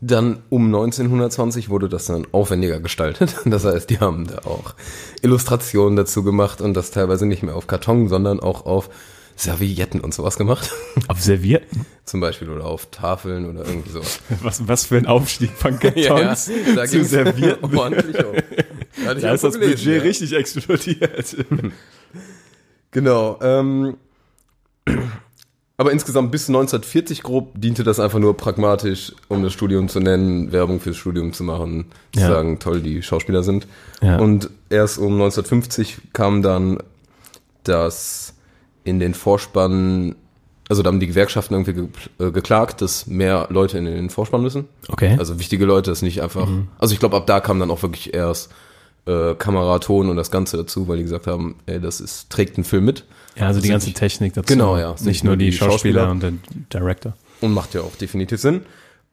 Speaker 6: Dann um 1920 wurde das dann aufwendiger gestaltet. Das heißt, die haben da auch Illustrationen dazu gemacht und das teilweise nicht mehr auf Karton, sondern auch auf Servietten und sowas gemacht.
Speaker 1: Auf Servietten?
Speaker 6: Zum Beispiel oder auf Tafeln oder irgendwie sowas.
Speaker 1: Was, was für ein Aufstieg von Kartons
Speaker 6: da
Speaker 1: zu
Speaker 6: ging's
Speaker 1: Servietten.
Speaker 6: ordentlich um. Da, hatte ich
Speaker 1: Da
Speaker 6: auch
Speaker 1: ist das
Speaker 6: gelesen,
Speaker 1: Budget
Speaker 6: ja.
Speaker 1: richtig explodiert.
Speaker 6: Genau. Ähm, aber insgesamt bis 1940 grob diente das einfach nur pragmatisch, um das Studium zu nennen, Werbung fürs Studium zu machen, zu
Speaker 1: Ja.
Speaker 6: sagen, toll, die Schauspieler sind.
Speaker 1: Ja.
Speaker 6: Und erst um 1950 kam dann das in den Vorspann, also da haben die Gewerkschaften irgendwie ge- äh, geklagt, dass mehr Leute in den Vorspann müssen.
Speaker 1: Okay.
Speaker 6: Also wichtige Leute, das nicht einfach. Also ich glaube, ab da kam dann auch wirklich erst äh, Kamera, Ton und das Ganze dazu, weil die gesagt haben, ey, das ist, trägt einen Film mit
Speaker 1: Ja, also die
Speaker 6: sind
Speaker 1: ganze
Speaker 6: nicht-
Speaker 1: Technik dazu.
Speaker 6: Genau, ja.
Speaker 1: Nicht, nur die, Schauspieler, und der Director.
Speaker 6: und macht ja auch definitiv Sinn.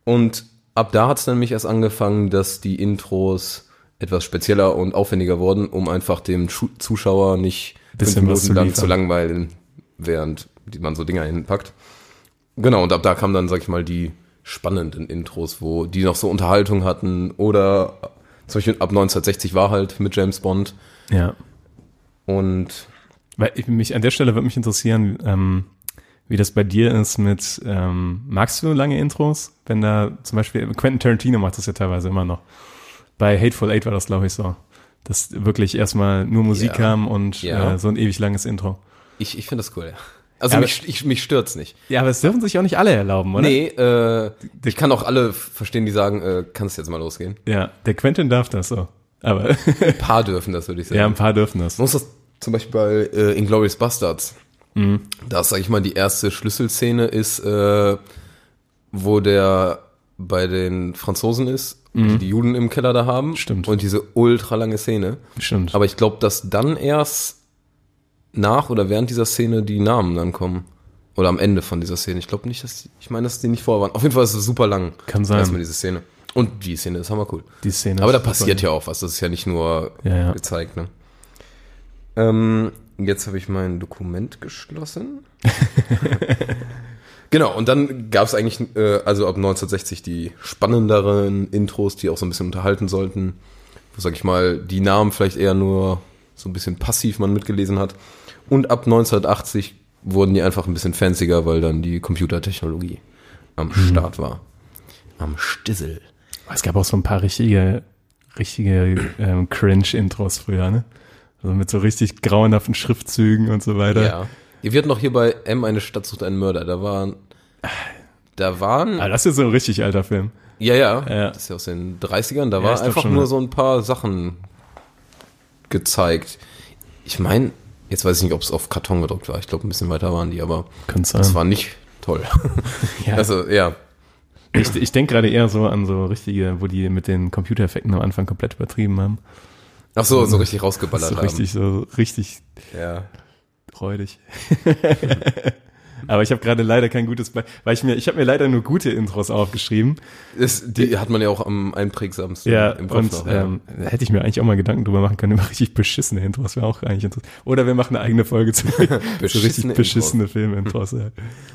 Speaker 6: Und ab da hat es dann nämlich erst angefangen, dass die Intros etwas spezieller und aufwendiger wurden, um einfach dem Schu Zuschauer nicht
Speaker 1: Bisschen was zu
Speaker 6: lang
Speaker 1: liefern.
Speaker 6: zu langweilen, während die man so Dinger hinpackt. Genau, und ab da kamen dann, sag ich mal, die spannenden Intros, wo die noch so Unterhaltung hatten oder zum Beispiel ab 1960 war halt mit James Bond
Speaker 1: Ja.
Speaker 6: und
Speaker 1: Weil ich mich an der Stelle würde mich interessieren, ähm, wie das bei dir ist mit, ähm, magst du lange Intros? Wenn da zum Beispiel, Quentin Tarantino macht das ja teilweise immer noch. Bei Hateful Eight war das, glaube ich, so. Dass wirklich erstmal nur Musik
Speaker 6: Ja.
Speaker 1: kam und
Speaker 6: Ja.
Speaker 1: äh, so ein ewig langes Intro.
Speaker 6: ich, ich finde das cool, ja. Also
Speaker 1: Ja,
Speaker 6: mich, ich, mich stört's nicht.
Speaker 1: Ja, aber es dürfen sich auch nicht alle erlauben, oder?
Speaker 6: Nee, äh, ich kann auch alle f- verstehen, die sagen, äh, kann es jetzt mal losgehen.
Speaker 1: Ja, der Quentin darf das so. Aber
Speaker 6: Ein paar dürfen das, würde ich sagen.
Speaker 1: ja, ein paar dürfen das.
Speaker 6: Man muss das zum Beispiel bei äh, Inglourious Bastards.
Speaker 1: Mhm.
Speaker 6: Da ist, sag ich mal, die erste Schlüsselszene ist, äh, wo der bei den Franzosen ist, die die Juden im Keller da haben.
Speaker 1: Mhm. Stimmt.
Speaker 6: Und diese ultra lange Szene.
Speaker 1: Stimmt.
Speaker 6: Aber ich glaube, dass dann erst nach oder während dieser Szene die Namen dann kommen. Oder am Ende von dieser Szene. Ich glaube nicht, dass die, ich meine, dass die nicht vor waren. Auf jeden Fall ist es super lang.
Speaker 1: Kann sein.
Speaker 6: Erstmal diese Szene. Und die Szene ist hammer cool.
Speaker 1: die Szene.
Speaker 6: Aber da
Speaker 1: ist
Speaker 6: passiert
Speaker 1: super.
Speaker 6: ja auch was. Das ist ja nicht nur
Speaker 1: Ja, ja.
Speaker 6: gezeigt, ne? Ähm, jetzt habe ich mein Dokument geschlossen. genau, und dann gab es eigentlich, äh, also ab 1960 die spannenderen Intros, die auch so ein bisschen unterhalten sollten. Wo, sag ich mal, die Namen vielleicht eher nur so ein bisschen passiv man mitgelesen hat. Und ab 1980 wurden die einfach ein bisschen fancier, weil dann die Computertechnologie
Speaker 1: Mhm.
Speaker 6: am Start war. Am Stissel.
Speaker 1: Es gab auch so ein paar richtige, richtige ähm, Cringe-Intros früher, ne? Also mit so richtig grauenhaften Schriftzügen und so weiter.
Speaker 6: Ja. Ihr wird noch hier bei M eine Stadt sucht einen Mörder. Da waren. Da waren.
Speaker 1: Aber Ah, das ist so ein richtig alter Film.
Speaker 6: Ja, ja.
Speaker 1: Ja.
Speaker 6: Das ist ja aus den 30ern. Da
Speaker 1: Ja,
Speaker 6: war
Speaker 1: ist doch
Speaker 6: einfach
Speaker 1: schon,
Speaker 6: nur
Speaker 1: ne?
Speaker 6: so ein paar Sachen gezeigt. Ich meine, jetzt weiß ich nicht, ob es auf Karton gedruckt war. Ich glaube, ein bisschen weiter waren die, aber
Speaker 1: Kann sein.
Speaker 6: das war nicht toll.
Speaker 1: Ja.
Speaker 6: Also, ja.
Speaker 1: Ich, ich denke gerade eher so an so richtige, wo die mit den Computereffekten am Anfang komplett übertrieben haben.
Speaker 6: Ach so, so richtig
Speaker 1: Das
Speaker 6: rausgeballert
Speaker 1: ist so
Speaker 6: haben.
Speaker 1: richtig, so richtig
Speaker 6: Ja.
Speaker 1: freudig. Aber ich habe gerade leider kein gutes Be weil ich mir, ich habe mir leider nur gute Intros aufgeschrieben.
Speaker 6: Ist, die hat man ja auch am einprägsamsten
Speaker 1: Ja,
Speaker 6: im Kopf
Speaker 1: und
Speaker 6: noch. ja.
Speaker 1: ähm, da hätte ich mir eigentlich auch mal Gedanken drüber machen können, über richtig beschissene Intros wäre auch eigentlich interessant. Oder wir machen eine eigene Folge zu, zu richtig
Speaker 6: Beschissene
Speaker 1: beschissene Filmintros. ja.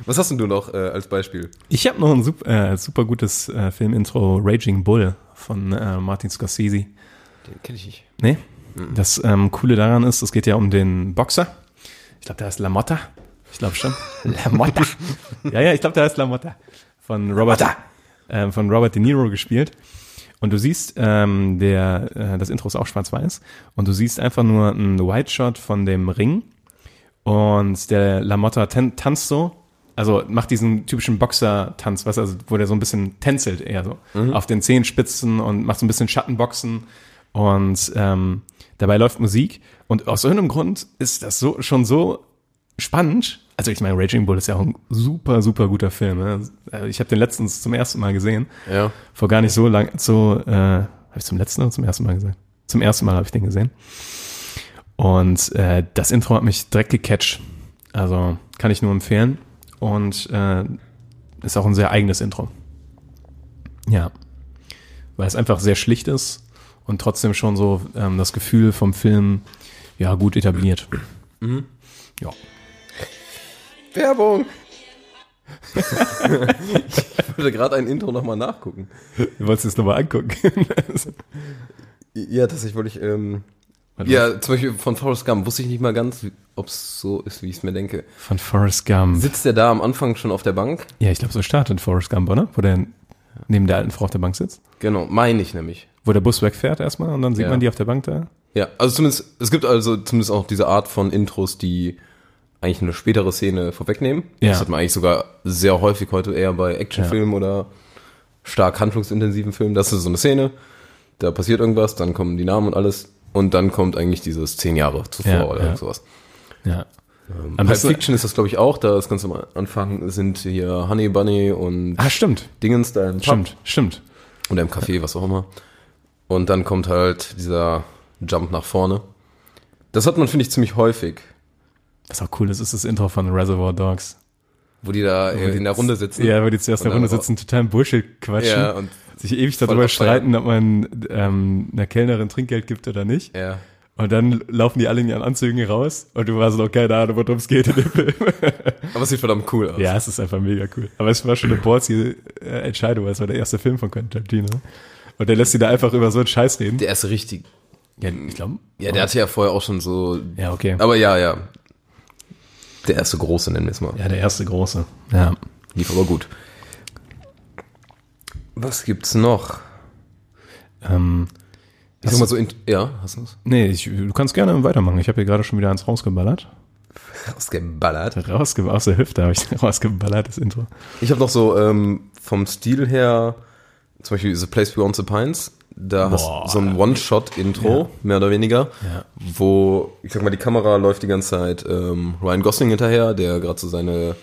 Speaker 6: Was hast denn du noch äh, als Beispiel?
Speaker 1: Ich habe noch ein super, äh, super gutes äh, Filmintro, Raging Bull von äh, Martin Scorsese.
Speaker 6: Den kenne ich nicht.
Speaker 1: Nee. Das ähm, Coole daran ist, es geht ja um den Boxer. Ich glaube, der heißt Lamotta. Ich glaube schon. Lamotta. ja, ja, ich glaube, der heißt Lamotta. Von Robert, ähm, von Robert De Niro gespielt. Und du siehst, ähm, der, äh, das Intro ist auch schwarz-weiß. Und du siehst einfach nur einen White Shot von dem Ring. Und der Lamotta tan tanzt so. Also macht diesen typischen Boxer-Tanz, was also, wo der so ein bisschen tänzelt eher so. Auf den Zehenspitzen und macht so ein bisschen Schattenboxen. Und ähm, dabei läuft Musik. Und aus irgendeinem Grund ist das so schon so spannend. Also ich meine, Raging Bull ist ja auch ein super, super guter Film. Ne? Also Ich habe den letztens zum ersten Mal gesehen.
Speaker 6: Ja.
Speaker 1: Vor gar nicht so lang, so, äh, habe ich zum letzten oder zum ersten Mal gesehen? Zum ersten Mal habe ich den gesehen. Und äh, das Intro hat mich direkt gecatcht. Also kann ich nur empfehlen. Und äh, ist auch ein sehr eigenes Intro. Ja. Weil es einfach sehr schlicht ist und trotzdem schon so ähm, das Gefühl vom Film ja gut etabliert.
Speaker 6: Werbung! Ich wollte gerade ein Intro nochmal nachgucken.
Speaker 1: Du wolltest es nochmal angucken.
Speaker 6: Ja, tatsächlich wollte ich. Ähm,
Speaker 1: Warte mal.
Speaker 6: ja, zum Beispiel von Forrest Gump wusste ich nicht mal ganz, ob es so ist, wie ich es mir denke.
Speaker 1: Von Forrest Gump.
Speaker 6: Sitzt der da am Anfang schon auf der Bank?
Speaker 1: Ja, ich glaube, so startet Forrest Gump, oder? Wo der neben der alten Frau auf der Bank sitzt.
Speaker 6: Genau, meine ich nämlich.
Speaker 1: Wo der Bus wegfährt erstmal und dann sieht
Speaker 6: Ja.
Speaker 1: man die auf der Bank da.
Speaker 6: Ja, also zumindest, es gibt also zumindest auch diese Art von Intros, die eigentlich eine spätere Szene vorwegnehmen.
Speaker 1: Ja.
Speaker 6: Das hat man eigentlich sogar sehr häufig heute eher bei Actionfilmen oder stark handlungsintensiven Filmen. Das ist so eine Szene, da passiert irgendwas, dann kommen die Namen und alles und dann kommt eigentlich dieses zehn Jahre zuvor
Speaker 1: Ja,
Speaker 6: oder
Speaker 1: ja.
Speaker 6: sowas.
Speaker 1: Ja. Ähm,
Speaker 6: Pulp Fiction ist das, glaube ich, auch. Da ist ganz am Anfang sind hier Honey Bunny und
Speaker 1: Ah, stimmt.
Speaker 6: Dingens da im Pub
Speaker 1: Stimmt, stimmt.
Speaker 6: oder im Café, was auch immer. Und dann kommt halt dieser Jump nach vorne. Das hat man, finde ich, ziemlich häufig,
Speaker 1: Was auch cool ist, ist das Intro von Reservoir Dogs.
Speaker 6: wo die da äh, in der Runde sitzen.
Speaker 1: Ja, weil die zuerst in der
Speaker 6: Und
Speaker 1: Runde
Speaker 6: dann-
Speaker 1: sitzen, totalen Bullshit quatschen.
Speaker 6: Ja, und
Speaker 1: sich ewig
Speaker 6: voll
Speaker 1: darüber
Speaker 6: abfeiern.
Speaker 1: streiten, ob man ähm, einer Kellnerin Trinkgeld gibt oder nicht.
Speaker 6: ja.
Speaker 1: Und dann laufen die alle in ihren Anzügen raus und du hast noch keine Ahnung, worum es geht in dem Film.
Speaker 6: Aber es sieht verdammt cool aus.
Speaker 1: Ja, es ist einfach mega cool. Aber es war schon eine ballsy äh, Entscheidung, weil es war der erste Film von Quentin Tarantino. Und der lässt sie da einfach über so einen Scheiß reden.
Speaker 6: Der erste richtig.
Speaker 1: ja, ich glaube.
Speaker 6: Ja, der hatte ja vorher auch schon so.
Speaker 1: Ja, okay.
Speaker 6: Aber ja, ja. Der erste große, nennen wir es mal.
Speaker 1: ja, der erste große. Ja.
Speaker 6: Lief aber gut. Was gibt's noch?
Speaker 1: Ähm,
Speaker 6: Ich
Speaker 1: Hast
Speaker 6: sag mal so. In, ja, hast du es?
Speaker 1: nee, ich, du kannst gerne weitermachen. Ich habe hier gerade schon wieder eins rausgeballert.
Speaker 6: Ausgeballert.
Speaker 1: Rausgeballert, aus der Hüfte habe ich rausgeballert, das Intro.
Speaker 6: Ich habe noch so ähm, vom Stil her, zum Beispiel The Place Beyond the Pines, da
Speaker 1: Boah.
Speaker 6: hast du so ein One-Shot-Intro, mehr oder weniger,
Speaker 1: Ja.
Speaker 6: wo, ich sag mal, die Kamera läuft die ganze Zeit ähm, Ryan Gosling hinterher, der gerade so seine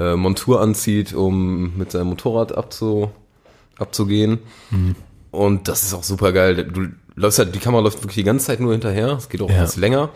Speaker 6: äh, Montur anzieht, um mit seinem Motorrad abzu, abzugehen.
Speaker 1: Mhm.
Speaker 6: Und das ist auch super geil. Du läufst halt, die Kamera läuft wirklich die ganze Zeit nur hinterher, es geht auch
Speaker 1: Ja.
Speaker 6: etwas länger.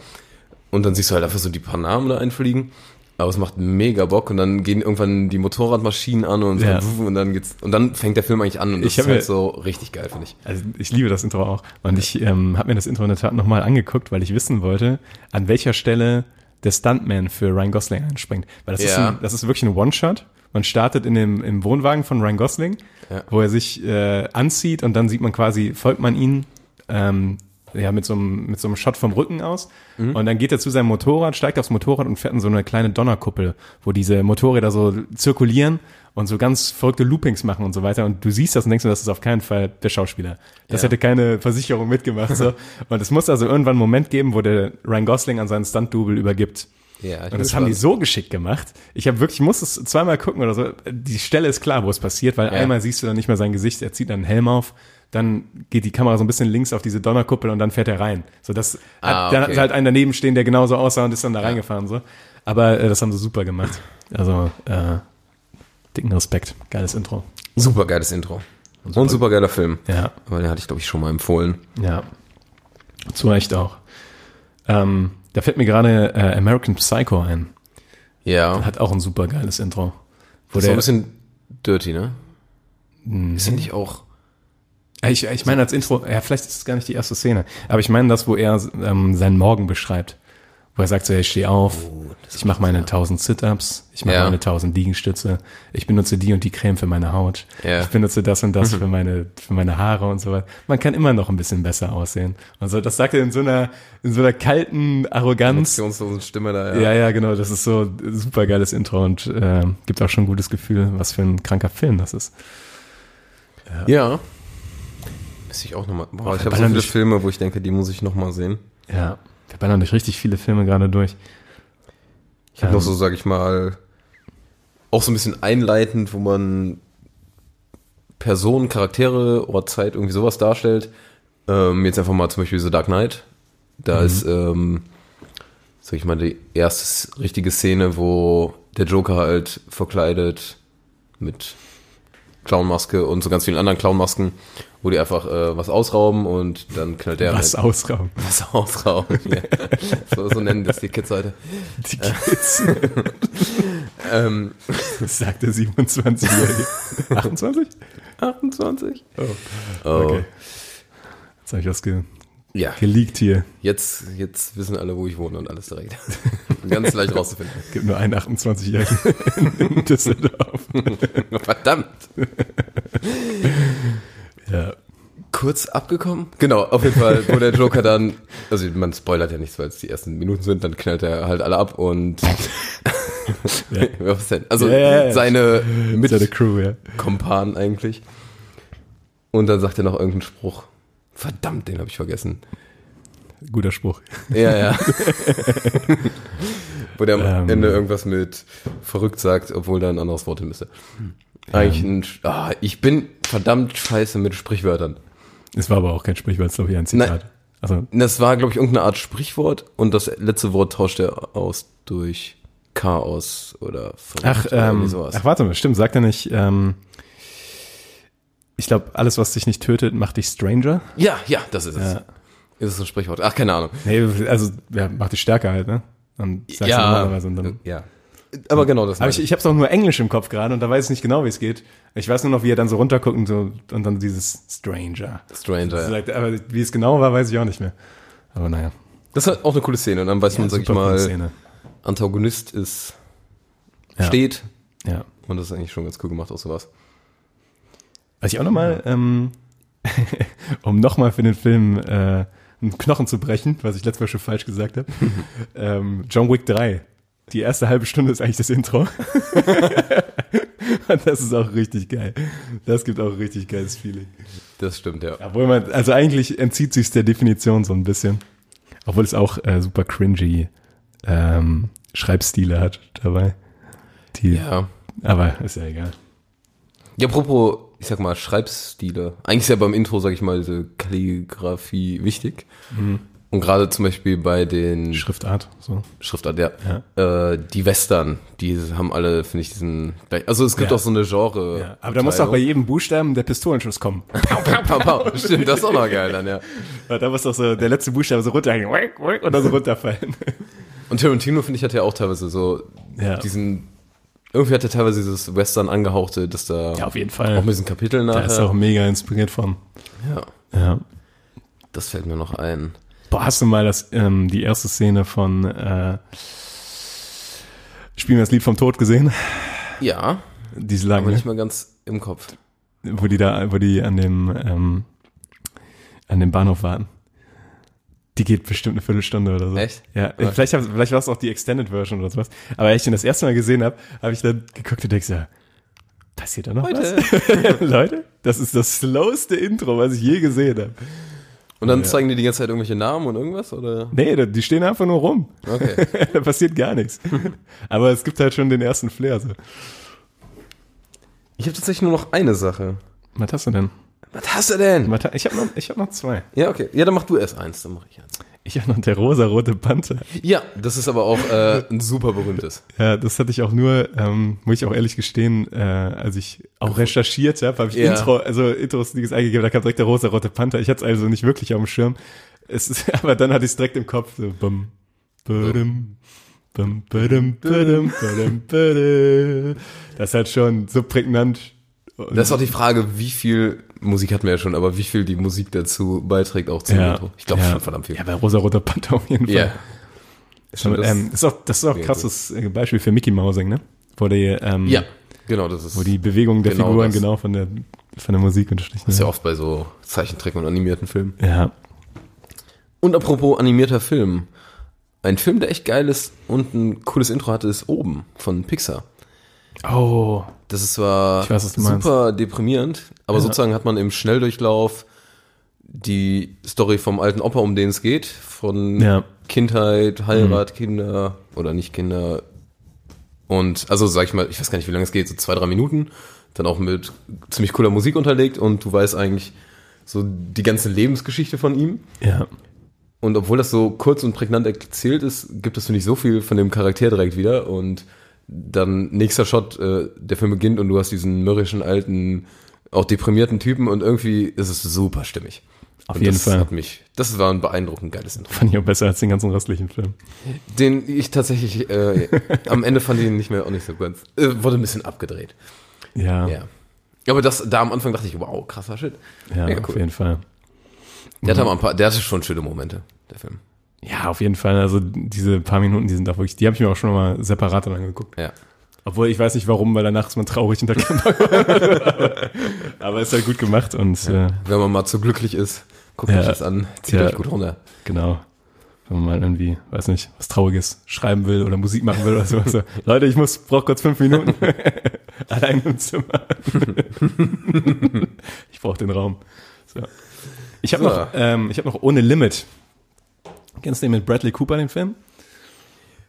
Speaker 6: Und dann siehst du halt einfach so die paar Namen da einfliegen. Aber es macht mega Bock und dann gehen irgendwann die Motorradmaschinen an und,
Speaker 1: Ja.
Speaker 6: und dann geht's und dann fängt der Film eigentlich an und das
Speaker 1: Ich
Speaker 6: ist
Speaker 1: hab
Speaker 6: halt
Speaker 1: mir-
Speaker 6: so richtig geil, finde ich.
Speaker 1: Also ich liebe das Intro auch. Und ich ähm, habe mir das Intro in der Tat nochmal angeguckt, weil ich wissen wollte, an welcher Stelle der Stuntman für Ryan Gosling einspringt. Weil das, ist,
Speaker 6: Ja.
Speaker 1: ein, das ist wirklich ein One-Shot. Man startet in dem, im Wohnwagen von Ryan Gosling,
Speaker 6: Ja.
Speaker 1: wo er sich äh, anzieht und dann sieht man quasi, folgt man ihn ähm, ja, mit, so einem, mit so einem Shot vom Rücken aus.
Speaker 6: Mhm.
Speaker 1: Und dann geht er zu seinem Motorrad, steigt aufs Motorrad und fährt in so eine kleine Donnerkuppel, wo diese Motorräder so zirkulieren und so ganz verrückte Loopings machen und so weiter. Und du siehst das und denkst, dir, das ist auf keinen Fall der Schauspieler. Das
Speaker 6: Ja.
Speaker 1: hätte keine Versicherung mitgemacht. So. und es muss also irgendwann einen Moment geben, wo der Ryan Gosling an seinen Stunt-Double übergibt.
Speaker 6: Ja, ich
Speaker 1: Und das
Speaker 6: bin
Speaker 1: haben die
Speaker 6: gespannt.
Speaker 1: so geschickt gemacht. Ich habe wirklich, ich muss es zweimal gucken oder so. Die Stelle ist klar, wo es passiert, weil einmal siehst du dann nicht mehr sein Gesicht, er zieht dann einen Helm auf, dann geht die Kamera so ein bisschen links auf diese Donnerkuppel und dann fährt er rein. So, das hat,
Speaker 6: Ah,
Speaker 1: dann
Speaker 6: okay.
Speaker 1: hat halt einen daneben stehen, der genauso aussah und ist dann da reingefahren. So. Aber äh, das haben sie super gemacht. Also, äh, dicken Respekt. Geiles Intro.
Speaker 6: Super geiles Intro. Und super, geiler Film.
Speaker 1: Ja.
Speaker 6: Aber den hatte ich, glaube ich, schon mal empfohlen.
Speaker 1: Ja, zu Recht auch. Ähm, da fällt mir gerade äh, American Psycho ein.
Speaker 6: Ja.
Speaker 1: Hat auch ein super geiles Intro. Wo der,
Speaker 6: Das war
Speaker 1: Mhm.
Speaker 6: ein bisschen dirty, ne? Ist ja nicht auch.
Speaker 1: Äh, ich ich meine als Intro, ja, vielleicht ist es gar nicht die erste Szene, aber ich meine das, wo er ähm, seinen Morgen beschreibt. Wo er sagt so, hey, ich stehe auf,
Speaker 6: Oh,
Speaker 1: ich mache meine 1000 Sit-Ups, ich mache
Speaker 6: Ja.
Speaker 1: meine 1000 Liegestütze, ich benutze die und die Creme für meine Haut,
Speaker 6: Ja.
Speaker 1: ich benutze das und das für meine für meine Haare und so weiter. Man kann immer noch ein bisschen besser aussehen. Und so, das sagt er in so einer in so einer kalten Arroganz.
Speaker 6: Emotionslosen Stimme da,
Speaker 1: Ja, ja, genau. Das ist so ein super geiles Intro und äh, gibt auch schon ein gutes Gefühl, was für ein kranker Film das ist.
Speaker 6: Ja. Müsste ich auch nochmal. Boah, ich habe so
Speaker 1: Ballern
Speaker 6: viele
Speaker 1: durch-
Speaker 6: Filme, wo ich denke, die muss ich nochmal sehen.
Speaker 1: Ja. Wir ballern durch richtig viele Filme gerade durch.
Speaker 6: Ich
Speaker 1: Ähm,
Speaker 6: habe noch so, sag ich mal, auch so ein bisschen einleitend, wo man Personen, Charaktere oder Zeit irgendwie sowas darstellt. Ähm, jetzt einfach mal zum Beispiel so Dark Knight. Da ist, ähm, sag ich mal, die erste s- richtige Szene, wo der Joker halt verkleidet mit Clownmaske und so ganz vielen anderen Clownmasken, wo die einfach äh, was ausrauben und dann knallt der
Speaker 1: Was
Speaker 6: halt
Speaker 1: ausrauben.
Speaker 6: was ausrauben. Ja. so, so nennen das die Kids heute.
Speaker 1: Die Kids,
Speaker 6: Ähm,
Speaker 1: sagt der 27-Jährige. 28?
Speaker 6: 28.
Speaker 1: Oh.
Speaker 6: Oh.
Speaker 1: Okay. Jetzt habe ich das ge
Speaker 6: Ja,
Speaker 1: Geleakt hier.
Speaker 6: jetzt, jetzt wissen alle, wo ich wohne und alles direkt. Ganz leicht rauszufinden.
Speaker 1: Gibt nur einen 28-Jährigen in Düsseldorf.
Speaker 6: Verdammt.
Speaker 1: Ja.
Speaker 6: Kurz abgekommen? Genau, auf jeden Fall, wo der Joker dann, also man spoilert ja nichts, weil es die ersten Minuten sind, dann knallt er halt alle ab und was denn? Also
Speaker 1: Ja, ja, ja.
Speaker 6: seine mit
Speaker 1: Seine Crew, ja.
Speaker 6: Kompan eigentlich. Und dann sagt er noch irgendeinen Spruch. Verdammt, den habe ich vergessen.
Speaker 1: Guter Spruch.
Speaker 6: Ja, ja. Wo der am
Speaker 1: Ähm.
Speaker 6: Ende irgendwas mit verrückt sagt, obwohl da ein anderes Wort hin müsste. Eigentlich ein, Sch- ah, ich bin verdammt scheiße mit Sprichwörtern.
Speaker 1: Es war aber auch kein Sprichwort, es war eher ein Zitat.
Speaker 6: Nein.
Speaker 1: Also,
Speaker 6: Das war, glaube ich, irgendeine Art Sprichwort und das letzte Wort tauscht er aus durch Chaos oder verrückt
Speaker 1: ach,
Speaker 6: oder irgendwie
Speaker 1: ähm, ach, warte mal, stimmt, sagt er nicht, ähm, ich glaube, alles, was dich nicht tötet, macht dich Stranger.
Speaker 6: ja, ja, das ist es.
Speaker 1: Ja.
Speaker 6: Ist es ein Sprichwort? Ach, keine Ahnung.
Speaker 1: Nee, also, ja, macht dich stärker halt, ne? Und sagst du normalerweise und dann
Speaker 6: ja. Aber genau das.
Speaker 1: Aber
Speaker 6: meine
Speaker 1: ich, ich habe es auch nur Englisch im Kopf gerade und da weiß ich nicht genau, wie es geht. Ich weiß nur noch, wie er dann so runterguckt und, so, und dann dieses Stranger.
Speaker 6: Stranger. ja.
Speaker 1: Sagt, aber wie es genau war, weiß ich auch nicht mehr. Aber naja,
Speaker 6: Das ist halt auch eine coole Szene. Und dann weiß man, sag ich
Speaker 1: super coole
Speaker 6: mal,
Speaker 1: Szene.
Speaker 6: Antagonist ist,
Speaker 1: Ja.
Speaker 6: steht.
Speaker 1: Ja.
Speaker 6: Und das ist eigentlich schon ganz cool gemacht, auch sowas.
Speaker 1: Was ich auch nochmal, ähm, um nochmal für den Film äh, einen Knochen zu brechen, was ich letztes Mal schon falsch gesagt habe, ähm, John Wick 3. Die erste halbe Stunde ist eigentlich das Intro. Und das ist auch richtig geil. Das gibt auch ein richtig geiles Feeling.
Speaker 6: Das stimmt, ja.
Speaker 1: Obwohl man, also eigentlich entzieht sich der Definition so ein bisschen. Obwohl es auch äh, super cringy ähm, Schreibstile hat dabei. Die,
Speaker 6: Ja.
Speaker 1: Aber ist ja egal.
Speaker 6: Ja, apropos, ich sag mal, Schreibstile. Eigentlich ist ja beim Intro, sag ich mal, diese Kalligrafie wichtig.
Speaker 1: Mhm.
Speaker 6: Und gerade zum Beispiel bei den
Speaker 1: Schriftart, so.
Speaker 6: Schriftart, ja. Äh, die Western, die haben alle, finde ich, diesen. gleich- Also es gibt
Speaker 1: Ja.
Speaker 6: auch so eine Genre.
Speaker 1: Ja, aber da muss doch bei jedem Buchstaben der Pistolenschuss kommen.
Speaker 6: jedem. Stimmt, das ist auch noch geil dann, ja.
Speaker 1: Weil da muss doch so der letzte Buchstabe so runterhängen oink, oink, und dann so runterfallen.
Speaker 6: Und Tarantino, finde ich, hat ja auch teilweise so
Speaker 1: Ja.
Speaker 6: diesen. Irgendwie hat er teilweise dieses Western angehauchte, dass da
Speaker 1: Ja, auf jeden Fall.
Speaker 6: auch mit diesen Kapiteln
Speaker 1: Da
Speaker 6: nachher.
Speaker 1: ist auch mega inspiriert von.
Speaker 6: ja,
Speaker 1: Ja.
Speaker 6: das fällt mir noch ein.
Speaker 1: Boah, hast du mal das, ähm, die erste Szene von äh, Spielen wir das Lied vom Tod gesehen?
Speaker 6: Ja,
Speaker 1: Diese
Speaker 6: aber
Speaker 1: lange.
Speaker 6: nicht mal ganz im Kopf.
Speaker 1: wo die da, wo die an dem, ähm, an dem Bahnhof warten. Die geht bestimmt eine Viertelstunde oder so.
Speaker 6: Echt?
Speaker 1: Ja,
Speaker 6: Ja.
Speaker 1: vielleicht, hab- vielleicht war es auch die Extended Version oder sowas. Aber als ich den das erste Mal gesehen habe, habe ich dann geguckt und denkst, ja, passiert da noch was? Leute, das ist das slowste Intro, was ich je gesehen habe.
Speaker 6: Und dann
Speaker 1: Ja.
Speaker 6: zeigen die die ganze Zeit irgendwelche Namen und irgendwas, oder?
Speaker 1: Nee, da- die stehen einfach nur rum.
Speaker 6: Okay.
Speaker 1: da passiert gar nichts. Aber es gibt halt schon den ersten Flair. So.
Speaker 6: Ich habe tatsächlich nur noch eine Sache.
Speaker 1: Was hast du denn?
Speaker 6: Was hast du denn?
Speaker 1: Was ha- Ich habe noch, ich hab noch zwei.
Speaker 6: Ja, okay. Ja, dann mach du erst eins, dann mach ich eins.
Speaker 1: Ich habe noch der rosa-rote Panther.
Speaker 6: Ja, das ist aber auch äh, ein super berühmtes.
Speaker 1: Ja, Äh, das hatte ich auch nur, ähm, muss ich auch ehrlich gestehen, äh, als ich auch recherchiert habe, habe ich
Speaker 6: Ja.
Speaker 1: Intro, also Intros Dings eingegeben, da kam direkt der rosa rote Panther. Ich hatte es also nicht wirklich auf dem Schirm. Es ist, aber dann hatte ich es direkt im Kopf. So, bum, badum, bum, badum, badum, badum, badum. Das ist halt schon so prägnant. Und-
Speaker 6: Das ist auch die Frage, wie viel Musik hatten wir ja schon, aber wie viel die Musik dazu beiträgt auch zum Intro. Ich glaube
Speaker 1: ja.
Speaker 6: schon verdammt viel.
Speaker 1: Ja, bei rosa roter Panther auf jeden Fall.
Speaker 6: Ja. Schon
Speaker 1: Und,
Speaker 6: das-
Speaker 1: ähm, ist auch, das ist auch ein
Speaker 6: Ja,
Speaker 1: krasses äh, Beispiel für Mickey Mousing, ne? Wo die, ähm,
Speaker 6: ja, genau, das ist,
Speaker 1: Wo die Bewegung der
Speaker 6: Genau
Speaker 1: Figuren
Speaker 6: das.
Speaker 1: genau von der, von der Musik unterstrichen
Speaker 6: ist ja oft bei so Zeichentrick und animierten Filmen.
Speaker 1: Ja.
Speaker 6: Und apropos animierter Film. Ein Film, der echt geil ist und ein cooles Intro hatte, ist Oben von Pixar.
Speaker 1: Oh.
Speaker 6: Das ist zwar
Speaker 1: Ich weiß, was du
Speaker 6: super deprimierend, aber sozusagen hat man im Schnelldurchlauf die Story vom alten Opa, um den es geht, von
Speaker 1: Ja. Mhm.
Speaker 6: Kindheit, Heirat, Kinder oder nicht Kinder. Und also sag ich mal, ich weiß gar nicht, wie lange es geht, so zwei, drei Minuten, dann auch mit ziemlich cooler Musik unterlegt und du weißt eigentlich so die ganze Lebensgeschichte von ihm.
Speaker 1: Ja.
Speaker 6: Und obwohl das so kurz und prägnant erzählt ist, gibt es, finde ich, so viel von dem Charakter direkt wieder. Und dann nächster Shot, äh, der Film beginnt und du hast diesen mürrischen, alten, auch deprimierten Typen und irgendwie ist es super stimmig.
Speaker 1: Auf
Speaker 6: und
Speaker 1: jeden
Speaker 6: das
Speaker 1: Fall.
Speaker 6: Hat mich, das war ein beeindruckend geiles Intro.
Speaker 1: Fand ich auch besser als den ganzen restlichen Film.
Speaker 6: Den ich tatsächlich, äh, am Ende fand ich ihn nicht mehr, auch nicht so ganz, äh, wurde ein bisschen abgedreht.
Speaker 1: Ja.
Speaker 6: Ja. Aber das, da am Anfang dachte ich, wow, krasser Shit.
Speaker 1: Ja,
Speaker 6: Mega
Speaker 1: auf
Speaker 6: cool.
Speaker 1: jeden Fall.
Speaker 6: Der hatte aber ein paar, der hatte schon schöne Momente, der Film.
Speaker 1: Ja, auf jeden Fall. Also diese paar Minuten, die sind da wirklich, die habe ich mir auch schon mal separat dann angeguckt.
Speaker 6: Ja.
Speaker 1: Obwohl ich weiß nicht warum, weil danach ist man traurig und dann kann man Aber ist halt gut gemacht und äh,
Speaker 6: Wenn man mal zu glücklich ist, guckt euch
Speaker 1: Ja.
Speaker 6: das an, zieht
Speaker 1: Ja.
Speaker 6: euch gut runter.
Speaker 1: genau. Wenn man mal irgendwie, weiß nicht, was Trauriges schreiben will oder Musik machen will oder so. so Leute, ich muss, brauche kurz fünf Minuten. Allein im Zimmer. ich brauche den Raum. So. Ich habe
Speaker 6: So.
Speaker 1: noch, ähm, ich habe noch Ohne Limit. Kennst du den mit Bradley Cooper, den Film?